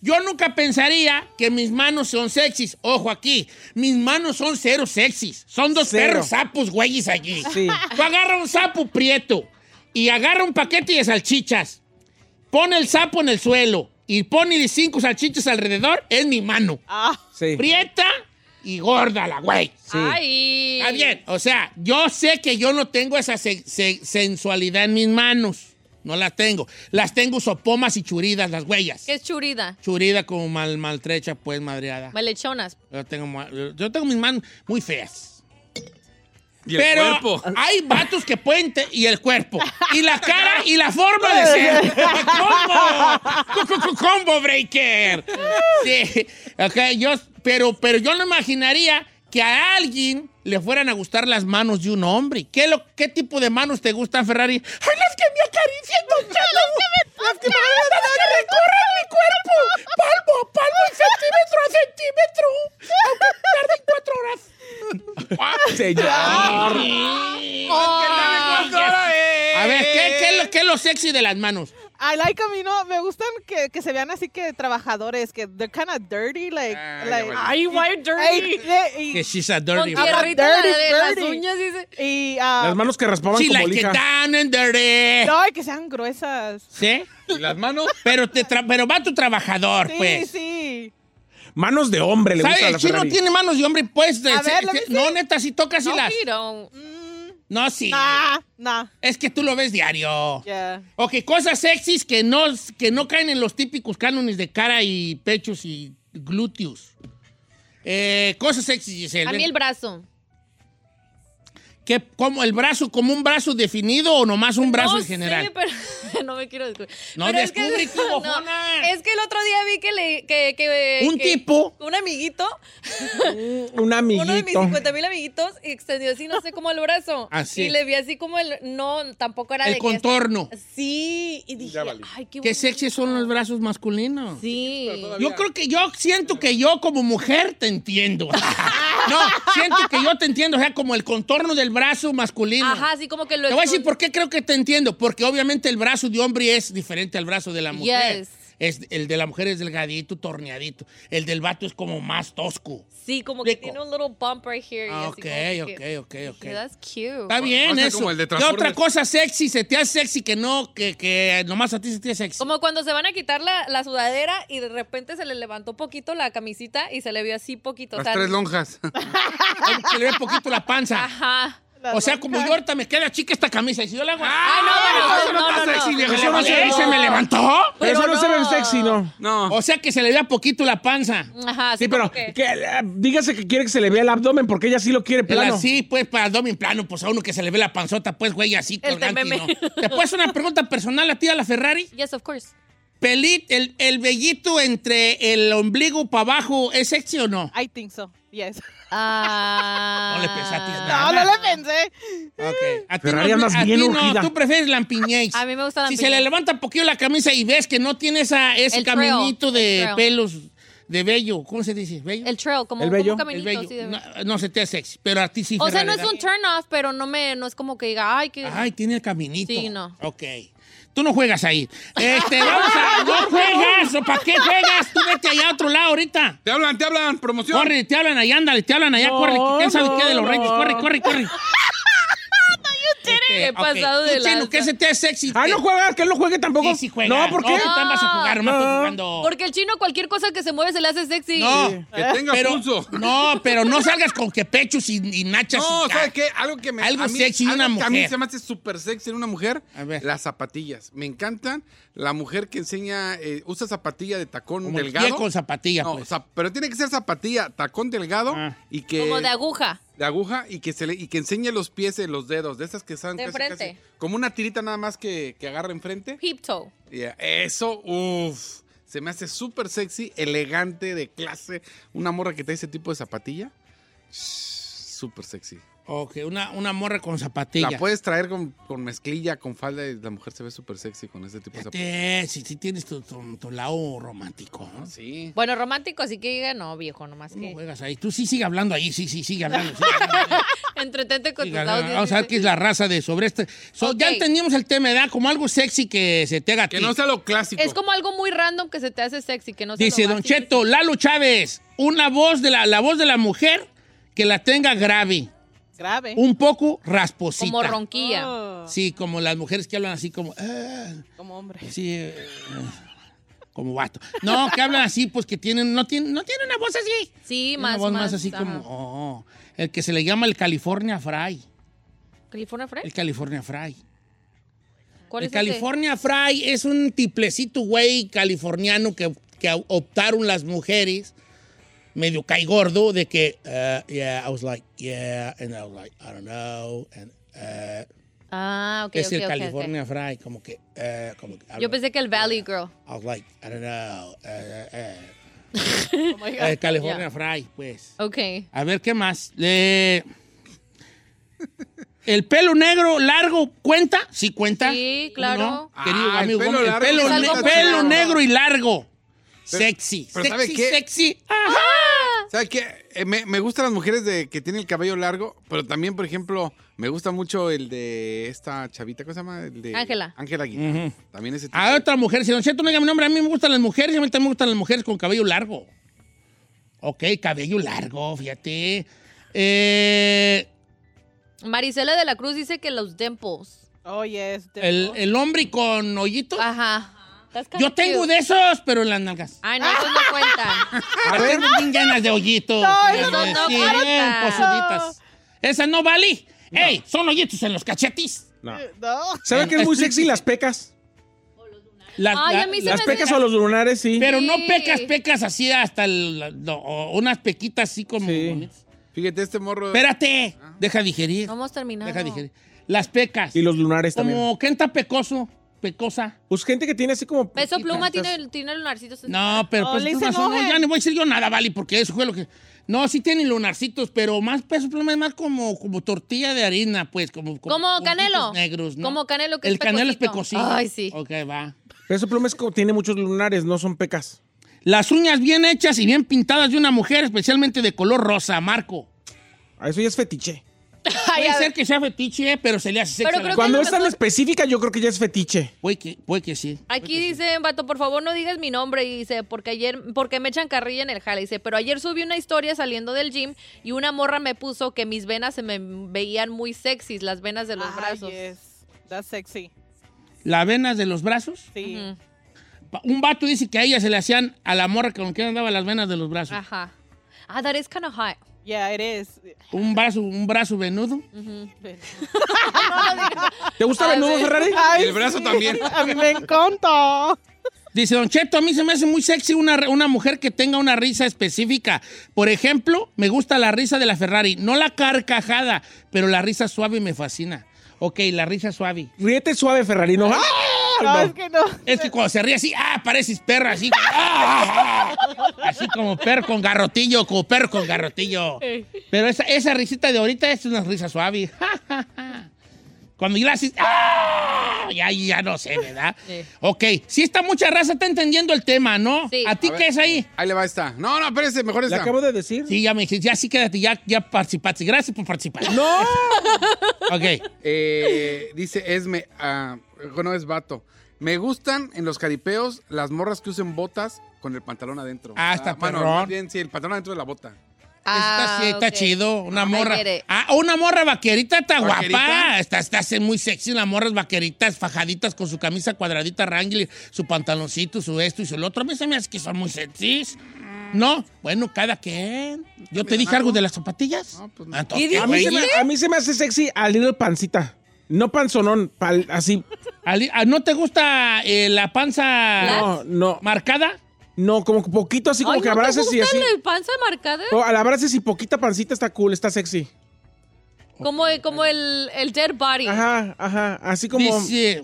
Yo nunca pensaría que mis manos son sexys. Ojo aquí, mis manos son cero sexys. Son dos Cero. perros sapos, güeyes allí. Sí. Tú agarra un sapo prieto y agarra un paquete de salchichas. Pone el sapo en el suelo y pone cinco salchichas alrededor. Es mi mano. Sí. Prieta y gorda la güey. Ay. Está bien, o sea, yo sé que yo no tengo esa se- se- sensualidad en mis manos. No las tengo. Las tengo sopomas y churidas, las huellas. ¿Qué es churida? Churida como mal, maltrecha, pues, madreada. Malechonas. Yo tengo, ma- yo tengo mis manos muy feas. el Pero cuerpo. hay vatos que pueden... te- y el cuerpo. Y la cara y la forma de ser. ¡Combo! Cu- cu- cu- ¡Combo breaker! Sí. Ok, yo... Pero, pero yo no imaginaría que a alguien le fueran a gustar las manos de un hombre. ¿Qué, lo, qué tipo de manos te gustan, Ferrari? ¡Ay, las que me acarician, don Cheto! ¡Las que me las que recorren mi cuerpo! ¡Palmo, palmo y centímetro a centímetro! Aunque tarden cuatro horas. A ver, ¿qué, qué es lo, qué es lo sexy de las manos? I like a mí, no, me gustan que, que se vean así que trabajadores, que they're kind of dirty, like... like bueno. Ay, why dirty? Que she's a Con dirty tierra woman. y Tierrita, la Dirty, de las dirty. uñas, dice. Y, ah, eh. Las manos que raspaban She como like lija. it down and dirty. No, y que sean gruesas. ¿Sí? ¿Y las manos? Pero, te tra- pero va tu trabajador, Sí, pues. sí. Manos de hombre le ¿Sabes? gusta a El la chino Ferrari. tiene manos de hombre, pues. de- A ver, se- let me se- see. no, neta, sí toca así No, las. Tiro. No, sí. Nah, nah. Es que tú lo ves diario. Yeah. Ok, cosas sexys que no, que no caen en los típicos cánones de cara y pechos y glúteos. Eh, cosas sexys, Giselle. A ven. mí el brazo. ¿Qué, cómo, ¿El brazo como un brazo definido o nomás un brazo no en general? Sé, pero [LAUGHS] no me quiero descubrir. No, Pero es que- descubre tú, [LAUGHS] no, bojona. Es que el otro día vi que le. Que, que- Un que- tipo. Un amiguito. Un Uno de mis amiguito. 50 mil amiguitos y extendió así, no sé cómo el brazo. Así. Y le vi así como el. No, tampoco era El de. que- contorno. sí. Y dije, Ya valí. ay, ¿Qué qué bonito. sexy son los brazos masculinos? Sí. Yo creo que yo siento que yo como mujer te entiendo. [LAUGHS] No, siento que yo te entiendo, o sea, como el contorno del brazo masculino. Ajá, así como que lo Te voy a decir por qué creo que te entiendo, porque obviamente el brazo de hombre es diferente al brazo de la mujer. Yes. Es, el de la mujer es delgadito, torneadito. El del vato es como más tosco. Sí, como que tiene un little bump right here. y Ah, así ok, como ok, que- pues, ok, ok. Yeah, that's cute. Está bien eso. ¿Qué otra cosa sexy se te hace sexy que no, que, que nomás a ti se te hace sexy? Como cuando se van a quitar la, la sudadera y de repente se le levantó poquito la camisita y se le vio así poquito. o sea, [LAUGHS] lonjas. [LAUGHS] se le ve poquito la panza. Ajá. O sea, como yo ahorita me queda chica esta camisa y si yo la hago así- Ah, no, pero no, no, no, sexy, no. viejo. Eso Se no me- se- se me levantó. Pero eso no se ve sexy, ¿no? No. O sea que se le vea poquito la panza. Ajá. Sí, pero que, eh, dígase que quiere que se le vea el abdomen porque ella sí lo quiere Pero plano. así, pues, para abdomen plano, pues a uno que se le ve la panzota, pues, güey, así El colgante, meme. ¿no? ¿Te puedo hacer una pregunta personal a ti, a la Ferrari? Yes, of course. Pelit, el, el vellito entre el ombligo para abajo, ¿es sexy o no? I think so. Yes. Ah, No le pensaste No, nada. no le pensé. Ok. A ti Ferrari no, andas a ti bien no, urgida. tú prefieres lampiñez. A mí me gusta Si lampiñez. se le levanta un poquito la camisa y ves que no tiene esa, ese El trail, caminito el de trail. pelos, de vello, ¿cómo se dice? ¿Vello? El trail, como, El como vello, un caminito. el vello. así de- No, no se te hace sexy, pero a ti sí. o sea, Ferrari, no es ¿verdad? un turn off, pero no me, no es como que diga, ay, que. [LAUGHS] Ay, tiene el caminito. Sí, no. Ok. Tú no juegas ahí. Este, vamos [LAUGHS] a. No juegas. ¿o ¿Para qué juegas? Tú vete allá a otro lado ahorita. Te hablan, te hablan, promoción. Corre, te hablan allá, ándale, te hablan allá, No, corre. que ¿Quién sabe no, qué de los no. Reyes? Corre, corre, corre. no, Eh, Qué pasado de lanza. ¿qué se te hace sexy? Ah, no juega, que él no juegue tampoco. Sí, sí juega. No, ¿por qué? No, tú vas a jugar, no, Ah. estás No. jugando. Porque el chino, cualquier cosa que se mueve se le hace sexy. No, Que tenga pero, pulso. [LAUGHS] No, pero no salgas con que pechos y, y nachas. No, y- ¿sabes qué? Algo que me. Algo a mí- sexy de algo una que A mí mujer. se me hace súper sexy en una mujer. Las zapatillas. Me encantan. La mujer que enseña. eh, usa zapatilla de tacón Como el pie delgado. con zapatilla, No, pues. Ah. zap- pero tiene que ser zapatilla, tacón delgado y que. Como de aguja. de aguja y que se le, y que enseñe los pies en los dedos, de esas que están De casi, frente. casi- como una tirita nada más que, que agarra enfrente. Peep toe. Yeah, Eso, uff, se me hace súper sexy, elegante, de clase. Una morra que trae ese tipo de zapatilla, shh, súper sexy. Ok, una, una morra con zapatilla. La puedes traer con, con mezclilla, con falda, y la mujer se ve súper sexy con ese tipo de zapatilla. Te- si, si tienes tu, tu- tu lado romántico, ¿no? Sí. Bueno, romántico, así que diga, no, viejo, nomás No que. [LAUGHS] juegas ahí. Tú sí sigue hablando ahí, sí, sí, Ah, sigue hablando. sigue hablando. Entretente con tus [LAUGHS] Diga, audios. Vamos a ver qué es la raza de sobre este. So, Ya Ok. entendimos el tema, ¿verdad? Como algo sexy que se te haga. a Que ti. no sea lo clásico. Es como algo muy random que se te hace sexy, que no se Dice lo Don hace. Cheto, Lalo Chávez, una voz de la, la voz de la mujer que la tenga grave, Grave. un poco rasposita. Como ronquilla. Sí, como las mujeres que hablan así como, "Ah", Oh, Como hombre. sí, eh, eh, como vato. No, que hablan así, pues que tienen, no tienen, no tienen una voz así. Sí, Tienen más, una voz más, así ajá. como, oh, el que se le llama el California Fry. ¿California Fresh? El California Fry. ¿Cuál El es ese? California Fry es un tiplecito, güey, californiano que, que optaron las mujeres, medio cae gordo, de que, uh, yeah, I was like, yeah, and I was like, I don't know, and, uh, Ah, ok, es ok, el ok, ok. California Fry, como que, eh, como que, Yo pensé que el Valley Girl. I was like, I don't know, uh, [LAUGHS] [LAUGHS] Oh uh, uh. el California Fry, pues. Ok. A ver, ¿qué más? Le- El pelo negro largo cuenta, sí cuenta. Sí, ¿Cómo claro. no? Querido Ah, el amigo, pelo Gómez, el largo pelo, es ne- algo pelo claro. negro y largo. sexy, pero ¿sabe sexy, qué? sexy. Ajá. Ah. ¿Sabes qué? Eh, me, me gustan las mujeres de, que tienen el cabello largo, pero también, por ejemplo, me gusta mucho el de esta chavita, ¿cómo se llama? El de Ángela. Ángela Aguilar. También ese tipo. A Ah, otra mujer, si Don Cheto no diga mi nombre, a mí me gustan las mujeres, y a mí también me gustan las mujeres con cabello largo. Ok, cabello largo, fíjate. Eh, Marisela de la Cruz dice que los dimples. Oh, yes. el, el hombre con hoyitos. Ajá. That's kinda Yo tengo cute. de esos, Ah, pero en las nalgas. Ay, no, eso no cuenta. A ver, bien llenas de hoyitos. No, Sí, eso no, no, sí, claro. bien posuditas. eh, Esa no vale. ¡Ey! Son hoyitos en los cachetes. No. No. ¿Sabe que es muy sexy las pecas? Las- Ay, la- a mí se las Las me hace- pecas o los lunares, sí. Pero no Sí. pecas, pecas así hasta el- la- no, o unas pequitas así como. Sí. Fíjate, este morro. Espérate. Deja digerir. No hemos terminado. Deja digerir. Las pecas. Ah. Y los lunares también. Como Kenta Pecoso. Pecosa. Pues gente que tiene así como. Beso pluma Pequitas. tiene, tiene lunarcitos. en- No, pero Oh, pues le tú hice razón, no, enoje. ya no voy a decir yo nada, Vali, porque eso fue lo que. No, sí tienen lunarcitos, pero más peso pluma es más como, como tortilla de harina, pues, como. Como puntitos Canelo. negros, ¿no? Como Canelo que El es canelo es pecosito. pecosito. Ay, sí. Ok, va. Pero ese pluma es como- tiene muchos lunares, no son pecas. Las uñas bien hechas y bien pintadas de una mujer, especialmente de color rosa, Marco. Eso ya es fetiche. Puede ser que sea fetiche, pero se le hace sexo. a la mujer. Cuando es tan específica, yo creo que ya es fetiche. Puede que, puede que sí. Aquí dice, vato, por favor no digas mi nombre. Y dice, porque ayer, porque me echan carrilla en el jale. Dice, pero ayer subí una historia saliendo del gym y una morra me puso que mis venas se me veían muy sexys, las venas de los brazos. That's sexy. ¿Las venas de los brazos? Sí. Pa- Un vato dice que a ella se le hacían a la morra con que andaba las venas de los brazos. Ajá. Ah, that is kind of hot. Yeah, it is. Un brazo, un brazo venudo. ¿Te gusta venudo, Ferrari? El brazo también. [LAUGHS] A mí me encanta. Dice, Don Cheto, a mí se me hace muy sexy una, una mujer que tenga una risa específica. Por ejemplo, me gusta la risa de la Ferrari. No la carcajada, pero la risa suave me fascina. Ok, la risa suave. Ríete suave, Ferrari. No. ¡Ah! No, No. es que no. Es que cuando se ríe así, ah, pareces perra, así. ah, ah, ah. así como perro con garrotillo, como perro con garrotillo. Pero esa, esa risita de ahorita es una risa suave. [LAUGHS] Cuando yo la haces, ¡ah! ya, ya no sé, ¿verdad? Ok, si esta mucha raza está entendiendo el tema, ¿no? Sí. ¿A ti A ver. qué es ahí? Ahí le va esta. No, no, espérese, mejor ¿Le esta. acabo de decir? Sí, ya me dijiste, ya sí quédate, ya, ya participaste. Gracias por participar. ¡No! Ok. Eh, dice Esme, ah, no es vato. Me gustan en los caripeos las morras que usen botas con el pantalón adentro. Ah, está bueno, perrón. más bien, sí, el pantalón adentro de la bota. Está, sí, está Ah, ok. chido, una I morra. get it. Ah, una morra vaquerita está ¿Vaquerita? guapa. Está, está así muy sexy, las morras vaqueritas fajaditas con su camisa cuadradita Wrangler, su pantaloncito, su esto y su lo otro. A mí se me hace que son muy sexys. Mm. No, bueno, cada quien. Yo te dije algo de las zapatillas. No, pues no. Ah, entonces, ¿Qué A mí, se güey. me, a mí se me hace sexy al little pancita. No panzonón, pal- así. Ali- ah, ¿No te gusta eh, la panza No, no. marcada? No, como que poquito, así como Ay, que ¿no te abraces y así. Oh, gustan las panza marcada? No, al abraces y poquita pancita está cool, está sexy. Como, como el, el dead body. Ajá, ajá. Así como. Dice,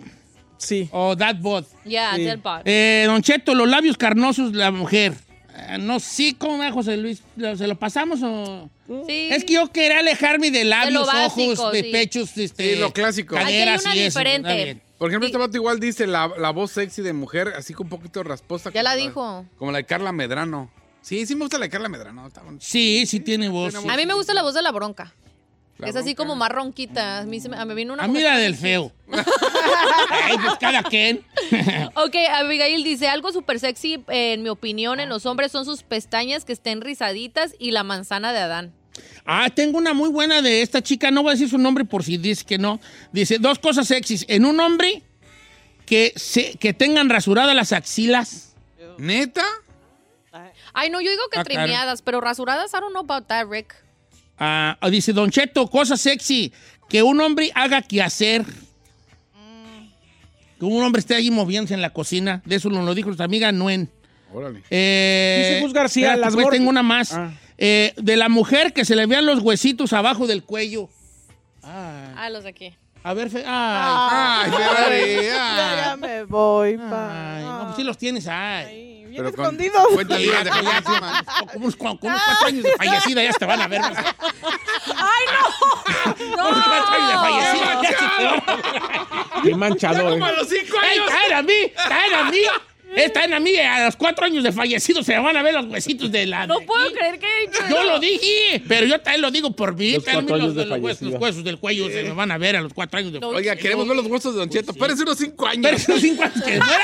Sí. oh, that bot. Yeah, Sí. dead body. Eh, don Cheto, los labios carnosos, la mujer. Ah, no sí, ¿cómo va, José Luis? ¿Lo- ¿Se lo pasamos o...? Sí. Es que yo quería alejarme de labios, básico, ojos, de sí. pechos, este, Sí, lo clásico. Aquí hay caderas una y eso. diferente. Está bien. Por ejemplo, Sí. este vato igual dice la, la voz sexy de mujer, así con un poquito rasposa. Ya como la dijo. Como la de Carla Medrano. Sí, sí me gusta la de Carla Medrano. Está bonita. Sí, sí tiene Oh, voz. sí. A mí me gusta la voz de la bronca. La es así bronca. como más ronquita. A mí, se me, a mí vino una A mí mujer- la del feo. [LAUGHS] Ay, pues cada quien. Ok, Abigail dice algo súper sexy, eh, en mi opinión, en los hombres son sus pestañas que estén rizaditas y la manzana de Adán. Ah, tengo una muy buena de esta chica. No voy a decir su nombre por si dice que no. Dice, dos cosas sexys. En un hombre que, se, que tengan rasuradas las axilas. ¿Neta? Ay, no, yo digo que Ah, claro. trimeadas, pero rasuradas, I don't know about that, Rick. Ah, dice, Don Cheto, cosa sexy. Que un hombre haga que hacer. Que un hombre esté ahí moviéndose en la cocina. De eso nos lo dijo nuestra amiga Nuen. Órale. Eh, Dice Gus García, espérate, las pues, mor- tengo una más. Ah. Eh, de la mujer que se le vean los huesitos abajo del cuello. Ah, Ah, los de aquí. a ver, fe- ay, Ay, Ferrari. Ya, ya ah. me voy, pa. ay, no, pues sí los tienes, ay. Ay, bien Pero con escondidos. 50 libras de Ay, comida ya, [LAUGHS] encima. Con unos, cua- con unos cuatro años de fallecida ya te van a ver. ¡Ay, [LAUGHS] no! Con unos cuatro años de fallecida ya se te van a ver. [LAUGHS] Qué manchado, eh. Como a los cinco ¡Ey, años. caen a mí! ¡Caen a mí! Eh, caen a mí! A los cuatro años de fallecido se van a ver los huesitos de la... No de puedo aquí. creer que... Yo lo dije, pero yo también lo digo por mí. Los También cuatro Los, años de los huesos, fallecido. los huesos del cuello se me van a ver a los cuatro años de Oiga, queremos ver los huesos de Don Cheto. Espérese unos cinco años. Pero esos cinco años que fuera,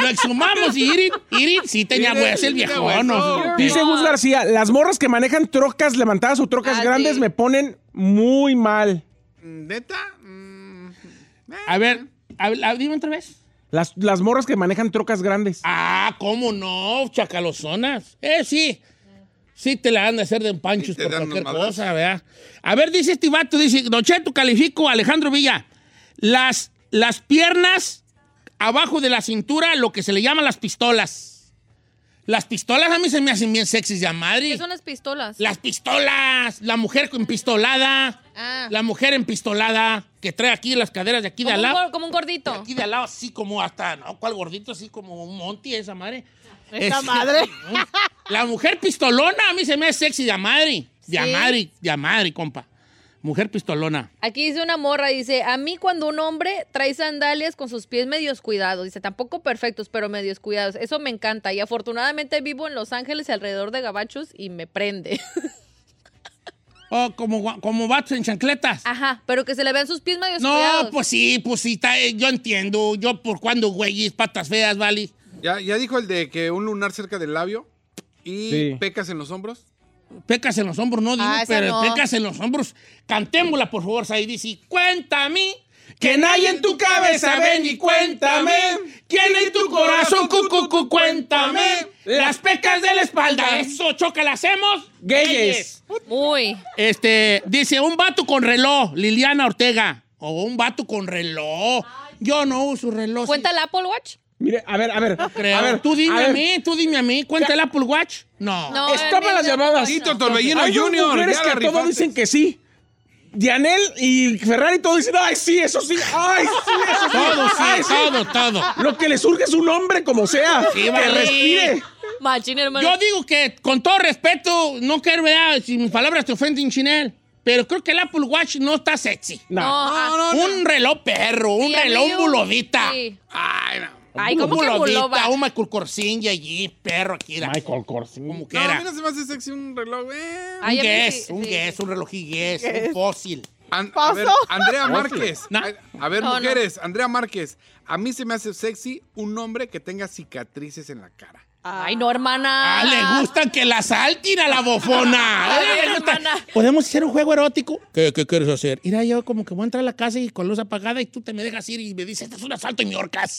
lo exhumamos y Irin, Irin sí tenía Irin huesos, el tenía viejón. no, huesos. Dice Gus García, las morras que manejan trocas levantadas o trocas Ah, grandes sí. me ponen muy mal. ¿Neta? Mm, eh. A ver, a ver, a- dime otra vez. Las, las morras que manejan trocas grandes. Ah, ¿cómo no? Chacalozonas. Eh, sí. Sí te la han de hacer de empanchos Sí te por dan cualquier los madrazos. cosa, ¿verdad? A ver, dice este vato, dice, Don Cheto, califico, a Alejandro Villa, las, las piernas abajo de la cintura, lo que se le llama las pistolas. Las pistolas a mí se me hacen bien sexys ya, madre. ¿Qué son las pistolas? Las pistolas, la mujer con pistolada, Ah. la mujer empistolada, que trae aquí las caderas de aquí de como, al un, lado. gor- como un gordito. Aquí de al lado, así como hasta, ¿no? ¿Cuál gordito? Así como un Monty, esa madre. Esa Es- madre. La mujer pistolona a mí se me hace sexy de a madre. De a Sí. madre, de a madre, compa. Mujer pistolona. Aquí dice una morra, dice, a mí cuando un hombre trae sandalias con sus pies medios cuidados, dice, tampoco perfectos, pero medios cuidados, eso me encanta. Y afortunadamente vivo en Los Ángeles y alrededor de gabachos y me prende. [LAUGHS] O como, gua- como vatos en chancletas. Ajá, pero que se le vean sus pies medios No, Ah, cuidados. pues sí, pues sí, está, eh, yo entiendo. Yo por cuando, güeyes, patas feas, vale. Ya, ya dijo el de que un lunar cerca del labio y Sí. pecas en los hombros. Pecas en los hombros, no digo, Ah, esa pero no. pecas en los hombros. Cantémosla, por favor, Saidi. Sí, cuéntame. Que nadie en tu cabeza ven y cuéntame. ¿Quién en tu corazón, cu, cu, cu, cuéntame? Eh. Las pecas de la espalda. Eso, choca, la hacemos. Gayes. Muy. Este, dice, un vato con reloj, Liliana Ortega. O un vato con reloj. Yo no uso reloj. ¿Cuenta el Apple Watch? Mire, a ver, a ver. Creo. A ver, tú dime a a, ver. mí, tú dime a mí. Cuenta el Apple Watch. No. No, Estaba las llamadas. Tito Torbellino Hay dos Junior, mujeres ya que la a todo rifaste. dicen que sí. Dianel y Ferrari todo dicen, ay, sí, eso sí, ay, sí, eso sí. Todo sí, ay, todo, todo. Lo que le surge es un hombre como sea, Sí, que vale. respire. Machín, hermano. Yo digo que, con todo respeto, no quiero ver si mis palabras te ofenden, Chinel. Pero creo que el Apple Watch no está sexy. No. No, no, no. Un reloj perro, un Sí, a mí reloj un- bulodita. sí. Ay, no. Ay, Un ¿cómo que bulodita, buloba? Un Michael Corsin y allí, perro aquí. era. Michael Corsin. Como No, quiera. a mí no se me hace sexy un reloj. eh. Ay, un a mí guess, sí, un sí. guess, un reloj y guess, Guess. un fósil. An- a ¿Paso? ver, Andrea Márquez. No. A, a ver, No, no. mujeres, Andrea Márquez. A mí se me hace sexy un hombre que tenga cicatrices en la cara. Ay, no, hermana. Ah, le gusta que la salten a la [LAUGHS] bofona. A Eh, ver, le gusta. hermana. ¿Podemos hacer un juego erótico? ¿Qué, qué quieres hacer? Mira, yo como que voy a entrar a la casa y con luz apagada y tú te me dejas ir y me dices, este es un asalto y me [LAUGHS] horcas.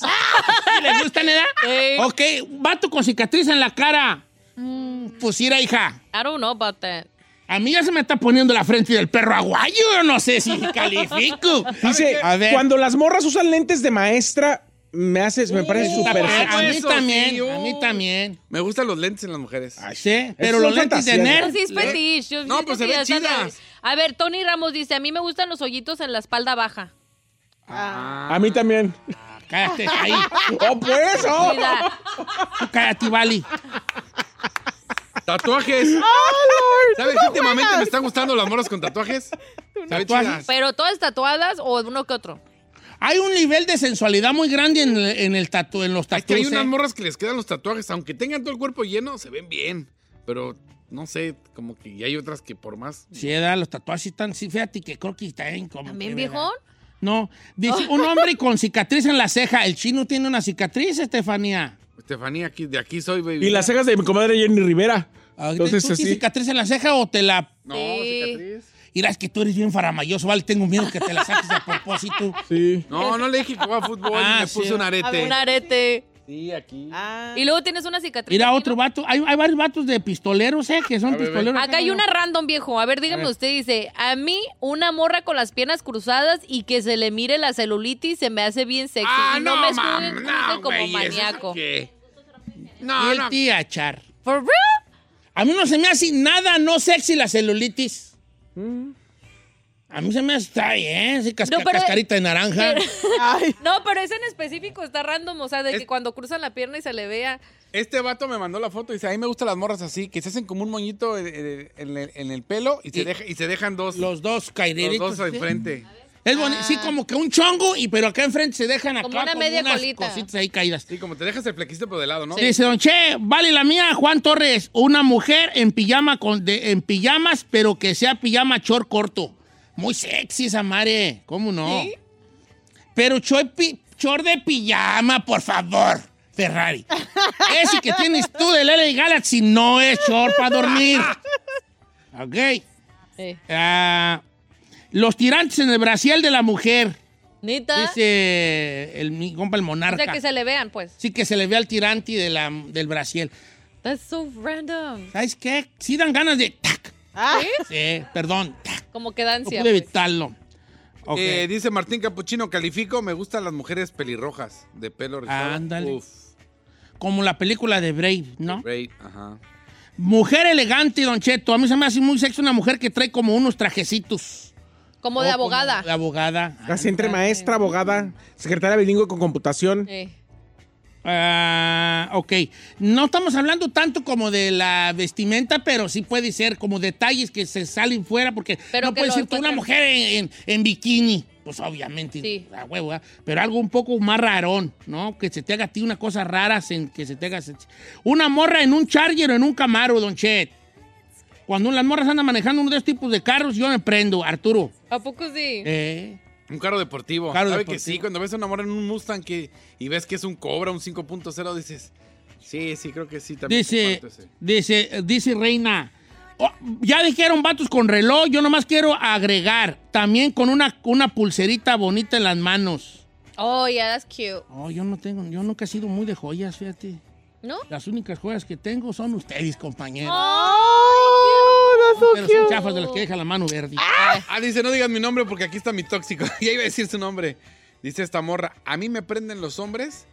¿Le gusta, Neda? Ey. Ok, vato con cicatriz en la cara. Pues mira, hija. Mm, I don't know about that. A mí ya se me está poniendo la frente del perro aguayo. Yo no sé si califico. Dice, A ver. cuando las morras usan lentes de maestra, me haces, me parece Está súper bien, sexy. A mí Eso, también, sí, a mí oh. también. Me gustan los lentes en las mujeres. Ay, sí, pero son los lentes de fantasías, nerd. Así es fetiche. yo No, siento pues se que ven ya está- chidas. A ver, Tony Ramos dice, a mí me gustan los hoyitos en la espalda baja. A mí también. Cállate, ahí. [LAUGHS] ¡Oh, pues! oh! [LAUGHS] Mira, Tú cállate, Vali. Tatuajes. ¿Sabes? Últimamente me están gustando las moras con tatuajes. Se ven Tatuajes. chidas. pero todas tatuadas o uno que otro. Hay un nivel de sensualidad muy grande en, el- en el tatu, en los Es que hay tatuajes. unas morras que les quedan los tatuajes, aunque tengan todo el cuerpo lleno, se ven bien. Pero no sé, como que y hay otras que por más. Sí, da, los tatuajes sí están, sí, fíjate que creo que está en como. ¿También que, ¿verdad? viejón? No, [LAUGHS] dice un hombre con cicatriz en la ceja. El chino tiene una cicatriz, Estefanía. Estefanía, aquí, de aquí soy, baby. Y las cejas de mi comadre Jenny Rivera. Entonces, Ah, ¿Tú tienes sí. cicatriz en la ceja o te la No, Sí. cicatriz. Irás que tú eres bien faramayoso, vale, tengo miedo que te la saques a propósito. [LAUGHS] Sí. No, no le dije que [LAUGHS] jugaba fútbol Ah, y me sí. puse un A arete. ver, Un arete. Sí, aquí. Ah. Y luego tienes una cicatriz. Mira aquí, otro ¿no? vato, hay, hay varios vatos de pistoleros, ¿eh? Que son A ver, pistoleros. Acá hay una random, viejo. A ver, dígame usted, dice, a mí una morra con las piernas cruzadas y que se le mire la celulitis se me hace bien sexy. Ah, y no, me mam, juzguen, juzguen no, como güey, ¿eso es maníaco. qué? Y No, el no. tía Char. ¿For real? A mí no se me hace nada no sexy la celulitis. Mm. A mí se me hace, está bien, sí, casca- No, pero- cascarita de naranja. [LAUGHS] Ay. No, pero ese en específico está random, o sea, de Es- que cuando cruzan la pierna y se le vea. Este vato me mandó la foto y dice, a mí me gustan las morras así, que se hacen como un moñito en, en- en el, en el pelo y, Y- se deja- y se dejan dos, los, Los dos caireritos. dos enfrente. Es bonito, sí, como que un chongo, y pero acá enfrente se dejan acá Como una media unas colita. cositas ahí caídas. Sí, como te dejas el flequito por del lado, ¿no? Dice Don Che, vale la mía, Juan Torres, una mujer en pijama con de- en pijamas, pero que sea pijama short corto. Muy sexy esa madre, ¿cómo no? Pero short, pi- short de pijama, por favor, Ferrari. [LAUGHS] Ese que tienes tú del LA Galaxy no es short para [LAUGHS] dormir. Ok. Eh, Ah, los tirantes en el brasil de la mujer, Nita. dice el, mi compa el o monarca. sea, que se le vean, pues. Sí que se le ve al tirante de la, del brasiel. That's so random. ¿Sabes qué? Sí dan ganas de... ¡Tac! Ah. ¿Eh? Sí, perdón. ¡Tac! Como que dan No ansia, pude pues. evitarlo. Ok. Eh, dice Martín Capuchino, califico, me gustan las mujeres pelirrojas, de pelo rizado. Ándale. Uf, Como la película de Brave, ¿no? great, ajá. Mujer elegante, Don Cheto. A mí se me hace muy sexy una mujer que trae como unos trajecitos. Como de Oh, abogada. de abogada. Casi entre maestra, abogada, secretaria bilingüe con computación. Eh. Ah, ok, no estamos hablando tanto como de la vestimenta, pero sí puede ser como detalles que se salen fuera, porque Pero no que puede lo ser tú una encuentren. mujer en, en- en bikini, pues obviamente, a huevo, ¿verdad? pero algo un poco más rarón, ¿no? Que se te haga a ti una cosa rara, sin que se te haga... Una morra en un Charger o en un Camaro, Don Chet. Cuando las morras andan manejando uno de esos tipos de carros, yo me prendo, Arturo. ¿A poco sí? Eh, Un carro deportivo. Carro ¿Sabe que deportivo. sí? Cuando ves a una morra en un Mustang que, y ves que es un Cobra, un 5.0, dices, sí, sí, creo que sí. También Dice, comparto ese. dice, dice Reina. oh, ya dijeron vatos con reloj, yo nomás quiero agregar, también con una, una pulserita bonita en las manos. Oh, yeah, that's cute. Oh, yo no tengo, yo nunca he sido muy de joyas, fíjate. ¿No? Las únicas joyas que tengo son ustedes, compañeros. Oh, Pero son chafas de las que deja la mano verde. Ah, dice, no digas mi nombre porque aquí está mi tóxico. [LAUGHS] Ya iba a decir su nombre. Dice esta morra, a mí me prenden los hombres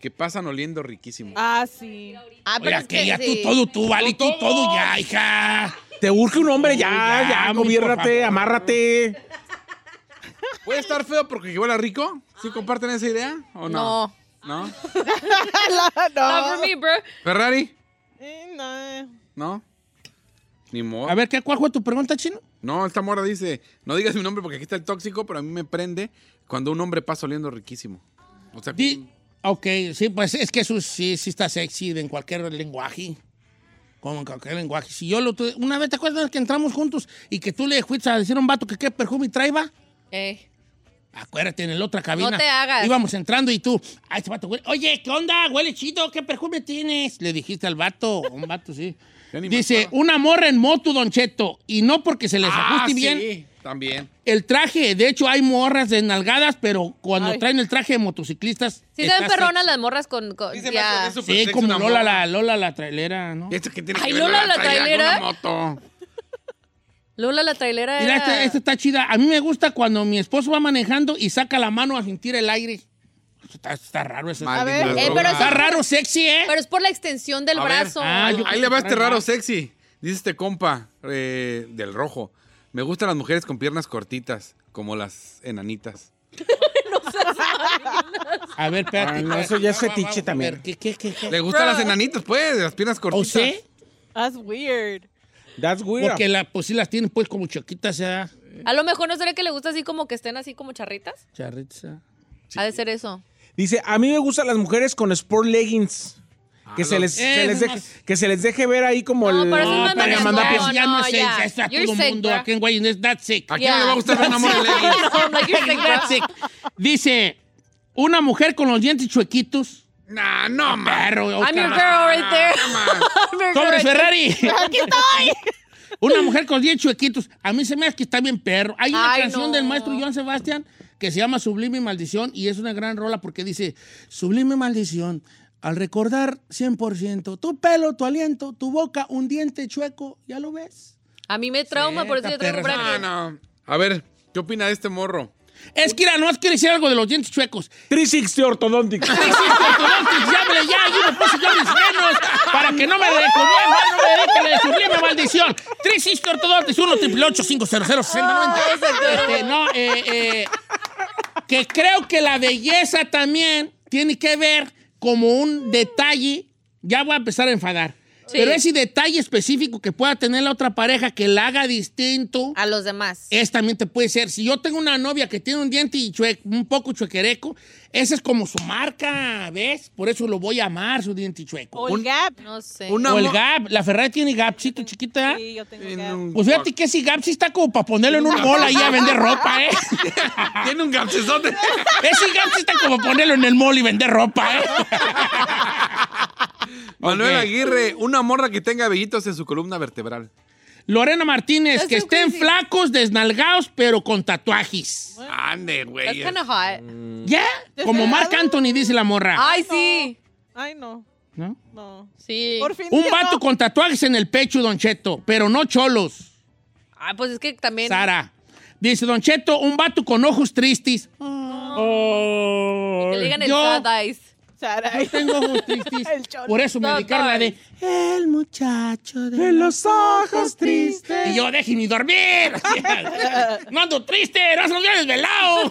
que pasan oliendo riquísimo. Ah, sí. Ah, Oye, que ya tú todo, tú, vale, tú todo ya, hija. Te urge un hombre, ya, Uy, ya, ya, hombre, por gobiérnate, favor. amárrate. ¿Puede estar feo porque huele a rico? ¿Sí comparten esa idea o no? No. [LAUGHS] ¿No? Not for me, bro. ¿Ferrari? Eh, no. No. Ni modo. A ver, ¿qué, ¿cuál fue tu pregunta, Chino? No, esta morra dice, no digas mi nombre porque aquí está el tóxico, pero a mí me prende cuando un hombre pasa oliendo riquísimo. O sea, Mm. Ok, sí, pues es que eso sí, sí está sexy en cualquier lenguaje. Como en cualquier lenguaje. Si yo lo tuve- Una vez te acuerdas que entramos juntos y que tú le fuiste a decir a un vato que qué perfume traía. Eh, Acuérdate, en la otra cabina. No te hagas. Íbamos entrando y tú, "Ah, este vato huele- Oye, ¿qué onda? Huele chido, ¿qué perfume tienes? Le dijiste al vato, un vato, sí. Dice, una morra en moto, Don Cheto. Y no porque se les ah, ajuste sí, bien también. el traje. De hecho, hay morras de nalgadas, pero cuando Ay. traen el traje de motociclistas. sí se ven está perronas las morras con... con Sí, se me ya. hace eso, pero Sí, es como pues, una Lola morra. la, Lola la trailera, ¿no? ¿Y esto qué tiene Ay, que ver Lola la trailera. con una moto? Lola la trailera Mira, este, esta, era... esta está chida. A mí me gusta cuando mi esposo va manejando y saca la mano a sentir el aire. Está, está raro eso. A ver. Maldita Eh, pero droga. Está raro, sexy, ¿eh? Pero es por la extensión del A ver, brazo. ah, yo- Ahí le va este raro sexy. Dice este compa eh, del rojo. Me gustan las mujeres con piernas cortitas, como las enanitas. A ver, espérate. Ah, no, eso ya es fetiche A ver, también. ¿qué, qué, qué, qué? Le gustan las enanitas, pues, de las piernas O cortitas. sea, That's weird. That's weird. porque la, pues sí las tienen pues como choquitas, ¿eh? A lo mejor no será que le gusta así como que estén así como charritas. Charritza. Ha de ser eso. Dice, a mí me gustan las mujeres con sport leggings. Que, Ah, se les, los- se Eh, les nomás. deje, que se les deje ver ahí como No, el... pero eso es más para mañana. mandar No, pies. Eso pues, ya no es ya. sexy, eso a You're todo sick, mundo. bro. Aquí en Guay, that's sick. ¿A quién Ya. no le va a gustar ver una morra leggings? [LAUGHS] No, no, you're sick, bro. That's sick. Dice, una mujer con los dientes chuequitos. Nah, no, man. Perro, I'm your otra- girl right there. [LAUGHS] I'm your girl ¡Sobre [LAUGHS] right there. Ferrari! [LAUGHS] ¡Aquí estoy! Una mujer con 10 chuequitos. A mí se me hace que está bien perro. Hay una Ay, canción no. del maestro Joan Sebastián que se llama Sublime Maldición y es una gran rola porque dice, Sublime Maldición, al recordar 100%, tu pelo, tu aliento, tu boca, un diente chueco, ¿ya lo ves? A mí me trauma, por eso yo traigo un perra, bracket. No, no. A ver, ¿qué opina de este morro? Es que, mira, no es que decir algo de los dientes chuecos. 360 ortodóntico. Sí, ortodontics, llámele ya, yo me puse yo mis frenos para que no me recomienda, no me deje de sublime maldición. Tres Isto ortodontics, 1 triple 8 Este, no, eh, eh, que creo que la belleza también tiene que ver como un detalle, ya voy a empezar a enfadar, pero ese detalle específico que pueda tener la otra pareja que la haga distinto A los demás. es también te puede ser. Si yo tengo una novia que tiene un diente y chue- un poco chuequereco, esa es como su marca, ¿ves? Por eso lo voy a amar, su diente chueco. O el gap. No sé. Una o el mo- gap. La Ferrari tiene gapcito chiquita. ¿eh? Sí, yo tengo En gap. un- Pues fíjate que ese gap sí está como para ponerlo en un mall ahí a vender ropa, ¿eh? [LAUGHS] Tiene un [LAUGHS] gapsesote. Ese gap sí está como ponerlo en el mall y vender ropa, ¿eh? [LAUGHS] Manuel Ok. Aguirre, una morra que tenga vellitos en su columna vertebral. Lorena Martínez, That's que so estén crazy. flacos, desnalgados, pero con tatuajes. Ande, That's güey. kind of hot. mm. ¿Ya? Como Marc Anthony dice la morra. Ay, sí. Ay, no. ¿No? No. Sí. Por fin. Un ya vato no. con tatuajes en el pecho, Don Cheto, pero no cholos. Ah, pues es que también. Sara. Dice Don Cheto, un vato con ojos tristes. Que le digan el Yo- sad eyes. Sarai. Yo tengo ojos [LAUGHS] tristes. El cholo. Por eso me Sad dedicaron la de eyes. El muchacho de, De los ojos Y tristes. yo, déjenme [LAUGHS] dormir. [LAUGHS] no ando triste, no se los había [LAUGHS] desvelado.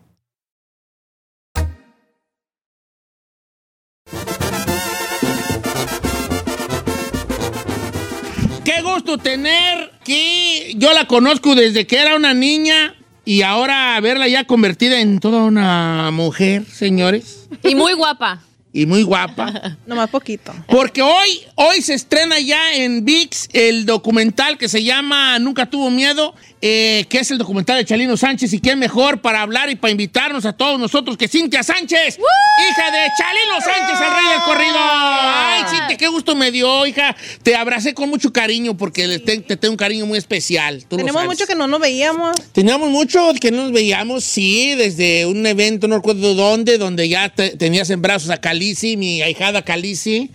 Qué gusto tener que yo la conozco desde que era una niña y ahora verla ya convertida en toda una mujer, señores. Y muy guapa. Y muy [LAUGHS] guapa. Nomás poquito. Porque hoy, hoy se estrena ya en VIX el documental que se llama Nunca tuvo miedo, eh, que es el documental de Chalino Sánchez. Y qué mejor para hablar y para invitarnos a todos nosotros que Cintia Sánchez, hija de Chalino Sánchez, el rey del corrido. Ay, Cintia, qué gusto me dio, hija. Te abracé con mucho cariño porque le te, te tengo un cariño muy especial. Tú lo Tenemos sabes. mucho que no nos veíamos. Teníamos mucho que no nos veíamos, sí, desde un evento, no recuerdo dónde, donde ya te- tenías en brazos a Calici, mi ahijada Calici.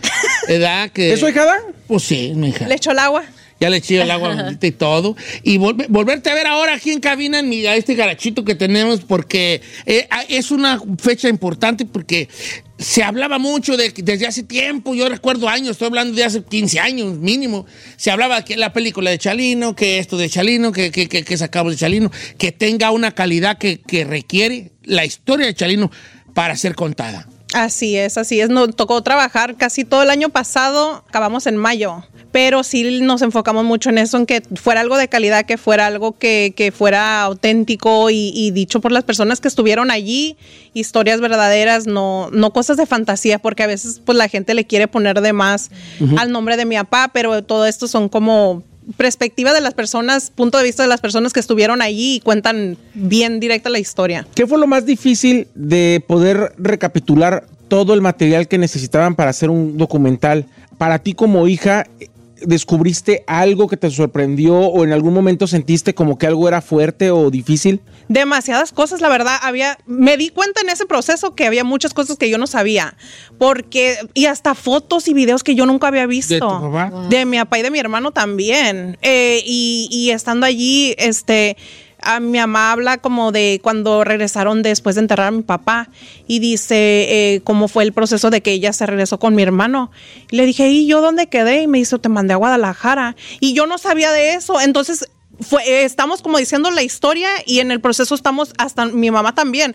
¿Edad? Que, ¿Es su ahijada? Pues sí, mi hija. Le echó el agua. Ya le eché el agua bendita y todo. Y volve- volverte a ver ahora aquí en cabina en mi- a este garachito que tenemos, porque eh, a- es una fecha importante porque se hablaba mucho de, desde hace tiempo, yo recuerdo años, estoy hablando de hace 15 años mínimo, se hablaba que la película de Chalino, que esto de Chalino, que, que, que, que sacamos de Chalino, que tenga una calidad que, que requiere la historia de Chalino para ser contada. Así es, así es. Nos tocó trabajar casi todo el año pasado, acabamos en mayo, pero sí nos enfocamos mucho en eso, en que fuera algo de calidad, que fuera algo que, que fuera auténtico y, y dicho por las personas que estuvieron allí, historias verdaderas, no, no cosas de fantasía, porque a veces pues la gente le quiere poner de más Ujú. al nombre de mi papá, pero todo esto son como perspectiva de las personas, punto de vista de las personas que estuvieron allí y cuentan bien directa la historia. ¿Qué fue lo más difícil de poder recapitular todo el material que necesitaban para hacer un documental? Para ti como hija, ¿descubriste algo que te sorprendió o en algún momento sentiste como que algo era fuerte o difícil? demasiadas cosas, la verdad, había, me di cuenta en ese proceso que había muchas cosas que yo no sabía, porque, y hasta fotos y videos que yo nunca había visto. ¿De tu papá? Wow. De mi papá y de mi hermano también. Eh, y, y estando allí, este, a mi mamá habla como de cuando regresaron después de enterrar a mi papá y dice eh, cómo fue el proceso de que ella se regresó con mi hermano. Y le dije, ¿y yo dónde quedé? Y me dice, te mandé a Guadalajara. Y yo no sabía de eso. Entonces, fue, eh, estamos como diciendo la historia y en el proceso estamos, hasta mi mamá también,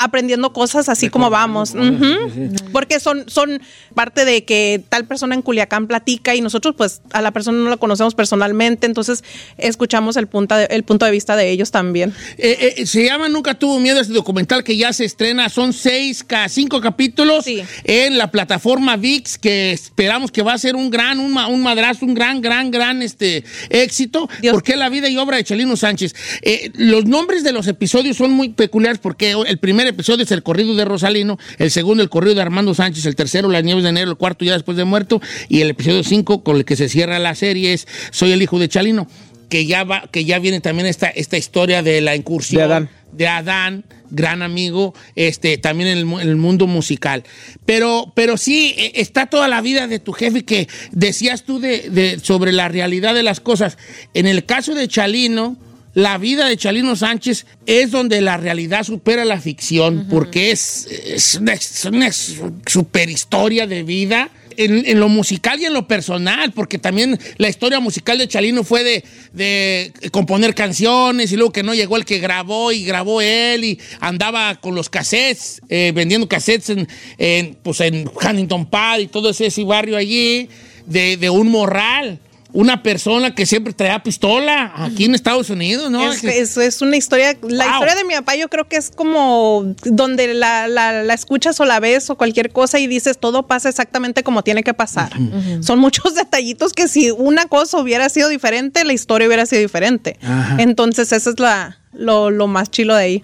aprendiendo cosas así como vamos. Ujú. Porque son, son parte de que tal persona en Culiacán platica y nosotros pues a la persona no la conocemos personalmente, entonces escuchamos el punto de, el punto de vista de ellos también. Eh, eh, se llama Nunca tuvo miedo este documental que ya se estrena. Son seis, ca- cinco capítulos en la plataforma VIX que esperamos que va a ser un gran, un, ma- un madrazo, un gran, gran, gran este, éxito. Porque es la vida y obra de Chalino Sánchez. Eh, los nombres de los episodios son muy peculiares porque el primer episodio es el corrido de Rosalino, el segundo el corrido de Armando Sánchez, el tercero Las Nieves de Enero, el cuarto ya después de muerto y el episodio cinco con el que se cierra la serie es Soy el hijo de Chalino que ya va, que ya viene también esta, esta historia de la incursión de Adán, gran amigo, este, también en el, mu- en el mundo musical. Pero, pero sí, eh, está toda la vida de tu jefe que decías tú de, de- sobre la realidad de las cosas. En el caso de Chalino, la vida de Chalino Sánchez es donde la realidad supera la ficción, porque es, es una, es una super historia de vida en, en lo musical y en lo personal, porque también la historia musical de Chalino fue de, de componer canciones y luego que no llegó el que grabó y grabó él y andaba con los cassettes, eh, vendiendo cassettes en, en, pues en Huntington Park y todo ese, ese barrio allí, de, de un morral. una persona que siempre traía pistola aquí en Estados Unidos, ¿no? Es, es- es una historia, la Wow. historia de mi papá yo creo que es como donde la, la- la escuchas o la ves o cualquier cosa y dices todo pasa exactamente como tiene que pasar. Son muchos [LAUGHS] detallitos que si una cosa hubiera sido diferente, la historia hubiera sido diferente. Ajá. Entonces eso es la, lo, lo más chilo de ahí.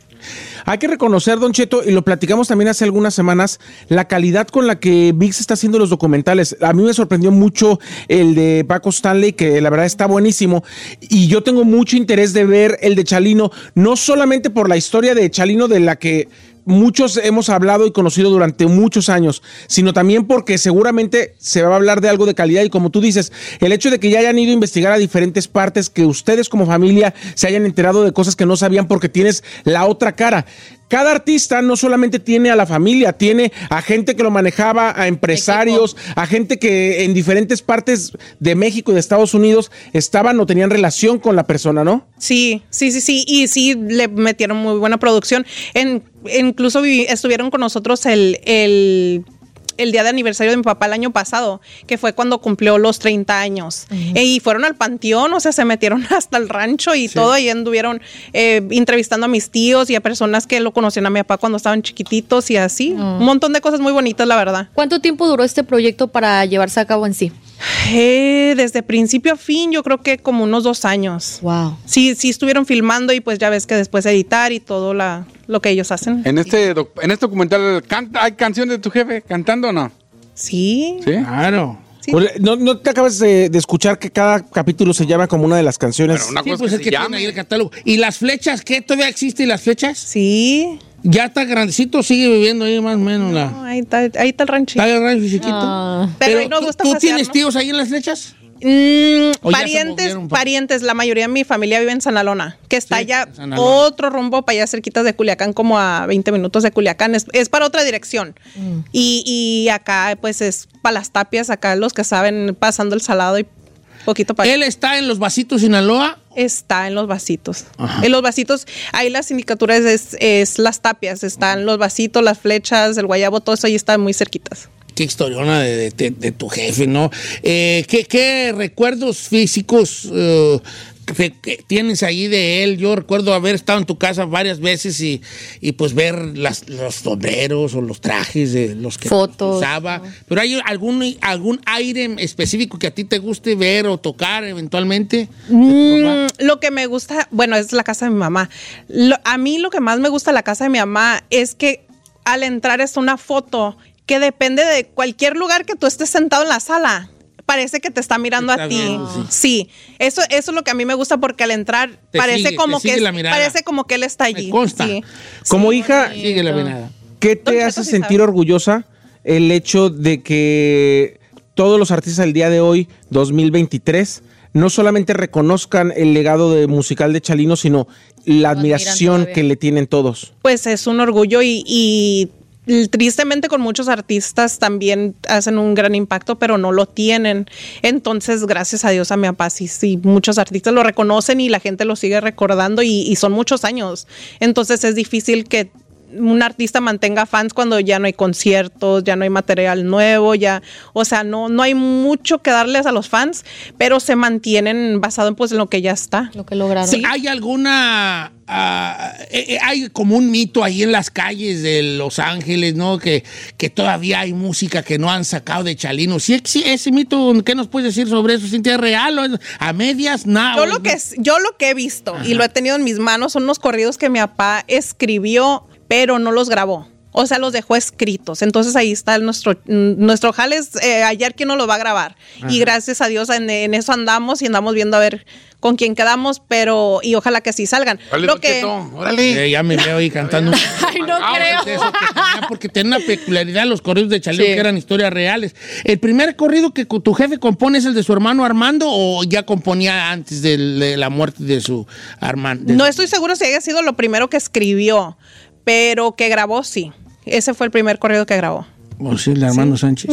Hay que reconocer, Don Cheto, y lo platicamos también hace algunas semanas, la calidad con la que VIX está haciendo los documentales. A mí me sorprendió mucho el de Paco Stanley, que la verdad está buenísimo. Y yo tengo mucho interés de ver el de Chalino, no solamente por la historia de Chalino, de la que muchos hemos hablado y conocido durante muchos años, sino también porque seguramente se va a hablar de algo de calidad y como tú dices, el hecho de que ya hayan ido a investigar a diferentes partes, que ustedes como familia se hayan enterado de cosas que no sabían porque tienes la otra cara. Cada artista no solamente tiene a la familia, tiene a gente que lo manejaba, a empresarios, a gente que en diferentes partes de México y de Estados Unidos estaban o tenían relación con la persona, ¿no? Sí, sí, sí, sí. Y sí, le metieron muy buena producción. En, incluso vi- estuvieron con nosotros el, el, el día de aniversario de mi papá el año pasado, que fue cuando cumplió los 30 años. Y fueron al panteón, o sea, se metieron [LAUGHS] hasta el rancho y todo. Y anduvieron eh, entrevistando a mis tíos y a personas que lo conocían a mi papá cuando estaban chiquititos y así. Un montón de cosas muy bonitas, la verdad. ¿Cuánto tiempo duró este proyecto para llevarse a cabo en sí? Eh, desde principio a fin, yo creo que como unos dos años. Wow. Sí, sí estuvieron filmando y pues ya ves que después editar y todo la, lo que ellos hacen. En este, doc- en este documental, ¿canta- ¿hay canciones de tu jefe cantando o no? Sí. ¿Sí? Claro. Pues, ¿no, no te acabas de, de escuchar que cada capítulo se llama como una de las canciones? Sí, pues es que tiene ahí el catálogo. ¿Y las flechas? ¿Qué? ¿Todavía existen las flechas? Sí. Ya está grandecito, sigue viviendo ahí más o menos. La... Ahí está, ahí está el ranchito. Está el rancho chiquito. Pero ahí nos ¿tú- gusta ¿Tú pasear, tienes ¿no? tíos ahí en las flechas? Mm, O ya se parientes, movieron, pa- parientes, la mayoría de mi familia vive en San Alona, que está Sí, allá en San Alona. otro rumbo para allá cerquitas de Culiacán, como a 20 minutos de Culiacán, es, es para otra dirección. Y, y acá pues es para las tapias, acá los que saben pasando el salado y poquito para Él está en los vasitos Sinaloa. Está en los vasitos. En los vasitos, ahí las sindicaturas es, es las tapias, están los vasitos, las flechas, el guayabo, todo eso ahí está muy cerquitas. Qué historiona de, de- de- de tu jefe, ¿no? Eh, ¿qué, qué recuerdos físicos eh, que- que tienes ahí de él? Yo recuerdo haber estado en tu casa varias veces y, y pues ver las- los sombreros o los trajes de los que Fotos, usaba. ¿Pero hay algún, algún aire específico que a ti te guste ver o tocar eventualmente? Mm, lo que me gusta, bueno, es la casa de mi mamá. Lo- a mí lo que más me gusta de la casa de mi mamá es que al entrar es una foto que depende de cualquier lugar que tú estés sentado en la sala. Parece que te está mirando Está a ti. viendo, sí. eso eso es lo que a mí me gusta porque al entrar Te parece sigue, te como que sigue es- la mirada. parece como que él está allí. consta. Sí. Como hija, Eh, Sigue la venada. ¿Qué te Cheto hace sí sentir sabe. orgullosa el hecho de que todos los artistas del día de hoy, 2023, no solamente reconozcan el legado de musical de Chalino, sino la admiración todavía. que le tienen todos? pues es un orgullo y, y l- tristemente con muchos artistas también hacen un gran impacto, pero no lo tienen. Entonces, gracias a Dios a mi papá, sí, sí, muchos artistas lo reconocen y la gente lo sigue recordando y, y son muchos años. Entonces es difícil que un artista mantenga fans cuando ya no hay conciertos, ya no hay material nuevo, ya, o sea, no, no hay mucho que darles a los fans, pero se mantienen basado en, pues, en lo que ya está. Lo que lograron. Sí, ¿Hay alguna... ah, eh, eh, hay como un mito ahí en las calles de Los Ángeles, ¿no? Que, que todavía hay música que no han sacado de Chalino. ¿Sí, sí, ese mito, ¿qué nos puedes decir sobre eso? ¿Cintia es real o es a medias? Nada. Yo lo que yo lo que he visto y lo he tenido en mis manos son unos corridos que mi papá escribió, pero no los grabó. O sea, los dejó escritos. Entonces ahí está nuestro nuestro jale es, eh, hallar quién nos lo va a grabar. Y gracias a Dios en, en eso andamos y andamos viendo a ver con quién quedamos, pero y ojalá que sí salgan. Órale, lo Don que Cheto, órale. Eh, ya me veo ahí cantando. Ay, no creo. Eso que tenía, porque tenía [LAUGHS] una peculiaridad los corridos de Chalino Sí. que eran historias reales. ¿El primer corrido que cu- tu jefe compone es el de su hermano Armando o ya componía antes del- de la muerte de su Armando? no estoy seguro si haya sido lo primero que escribió, pero que grabó sí. Ese fue el primer corrido que grabó. O sí, el hermano Sánchez.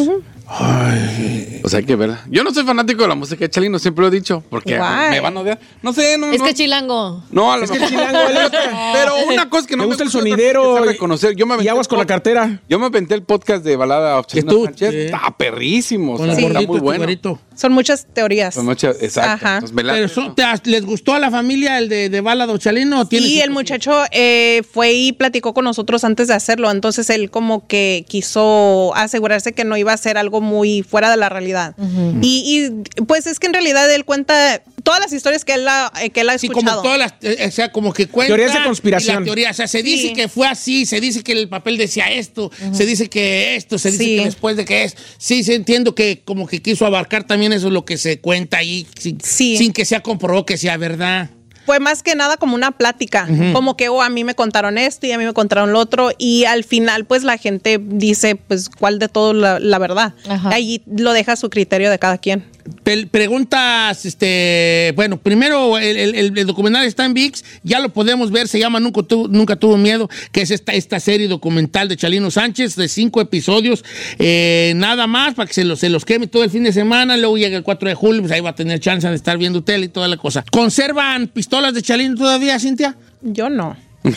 Ay, O sea, hay que verla. Yo no soy fanático de la música de Chalino, siempre lo he dicho, porque Guay. me van a odiar. No sé, no. Es no. que chilango. No, a lo Es que el mejor- chilango, él es- [LAUGHS] Pero una cosa que no Me gusta el otra cosa sonidero que sea y- reconocer. Yo me y aventé aguas el con la pod- cartera. Yo me aventé el podcast de balada ¿Y tú? Chalino Sánchez. Sí. Está perrísimo. con o el sea, está gordito muy este bueno. güerito. Son muchas teorías. Son muchas- exacto. Ajá. Entonces, me late Pero son- ¿te has- ¿Les gustó a la familia el de, de Bala Dochalino? Y el muchacho eh, fue y platicó con nosotros antes de hacerlo, entonces él como que quiso asegurarse que no iba a ser algo muy fuera de la realidad. y, y, pues es que en realidad él cuenta todas las historias que él ha, eh, que él ha Sí, escuchado. como todas las, eh, o sea, como que cuentan. Teorías de conspiración. y las teorías, o sea, se Sí. dice que fue así, se dice que el papel decía esto, se dice que esto, se dice Sí. que después de que es. Sí, sí, entiendo que como que quiso abarcar también eso, lo que se cuenta ahí, sin, Sí. sin que sea comprobado que sea verdad. Fue más que nada como una plática, como que oh, a mí me contaron esto y a mí me contaron lo otro y al final pues la gente dice pues cuál de todo la, la verdad. Ajá. Ahí lo deja a su criterio de cada quien. Pel- Preguntas, este, bueno, primero el, el- el- el documental está en VIX, ya lo podemos ver, se llama Nunca, Tu- Nunca Tuvo Miedo, que es esta, esta serie documental de Chalino Sánchez de cinco episodios, eh, nada más, para que se los, se los queme todo el fin de semana, luego llega el 4 de julio, pues ahí va a tener chance de estar viendo tele y toda la cosa. ¿Conservan pistolas de Chalino todavía, [LAUGHS] Cintia? Yo no.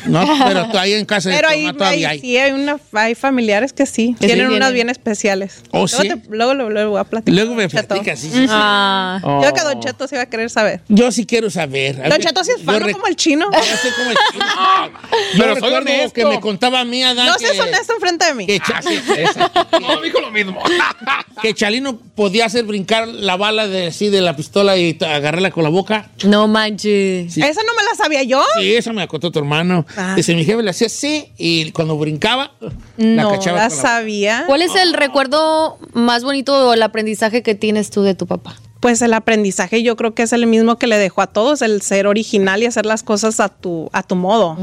No, pero t- ahí en casa de Pero tu ahí, mamá todavía ahí hay. sí hay, una, hay familiares que Que sí. sí Tienen tienen. unas bien especiales. ¿Oh, luego, sí? te- luego lo luego voy a platicar. Luego me Don Cheto. platicas, sí, sí, sí. Ah, Oh. Yo creo que Don Cheto se iba a querer saber. Yo sí quiero saber. Don Cheto sí [LAUGHS] es Yo fan, ¿no? re- como el chino. Ya sé cómo es. [LAUGHS] Yo Pero soy recuerdo honesto. que me contaba a mí Adán No que, seas honesto enfrente de mí. que Cha- No, dijo lo mismo. [LAUGHS] que Chalino podía hacer brincar la bala de así de la pistola y t- agarrarla con la boca. no manches. sí. Esa no me la sabía yo. Sí, eso me la contó tu hermano. Ah. Dice, mi jefe le hacía así y cuando brincaba la no cachaba la con la boca. sabía. ¿Cuál es el recuerdo más bonito o el aprendizaje que tienes tú de tu papá? Pues el aprendizaje yo creo que es el mismo que le dejó a todos, el ser original y hacer las cosas a tu, a tu modo.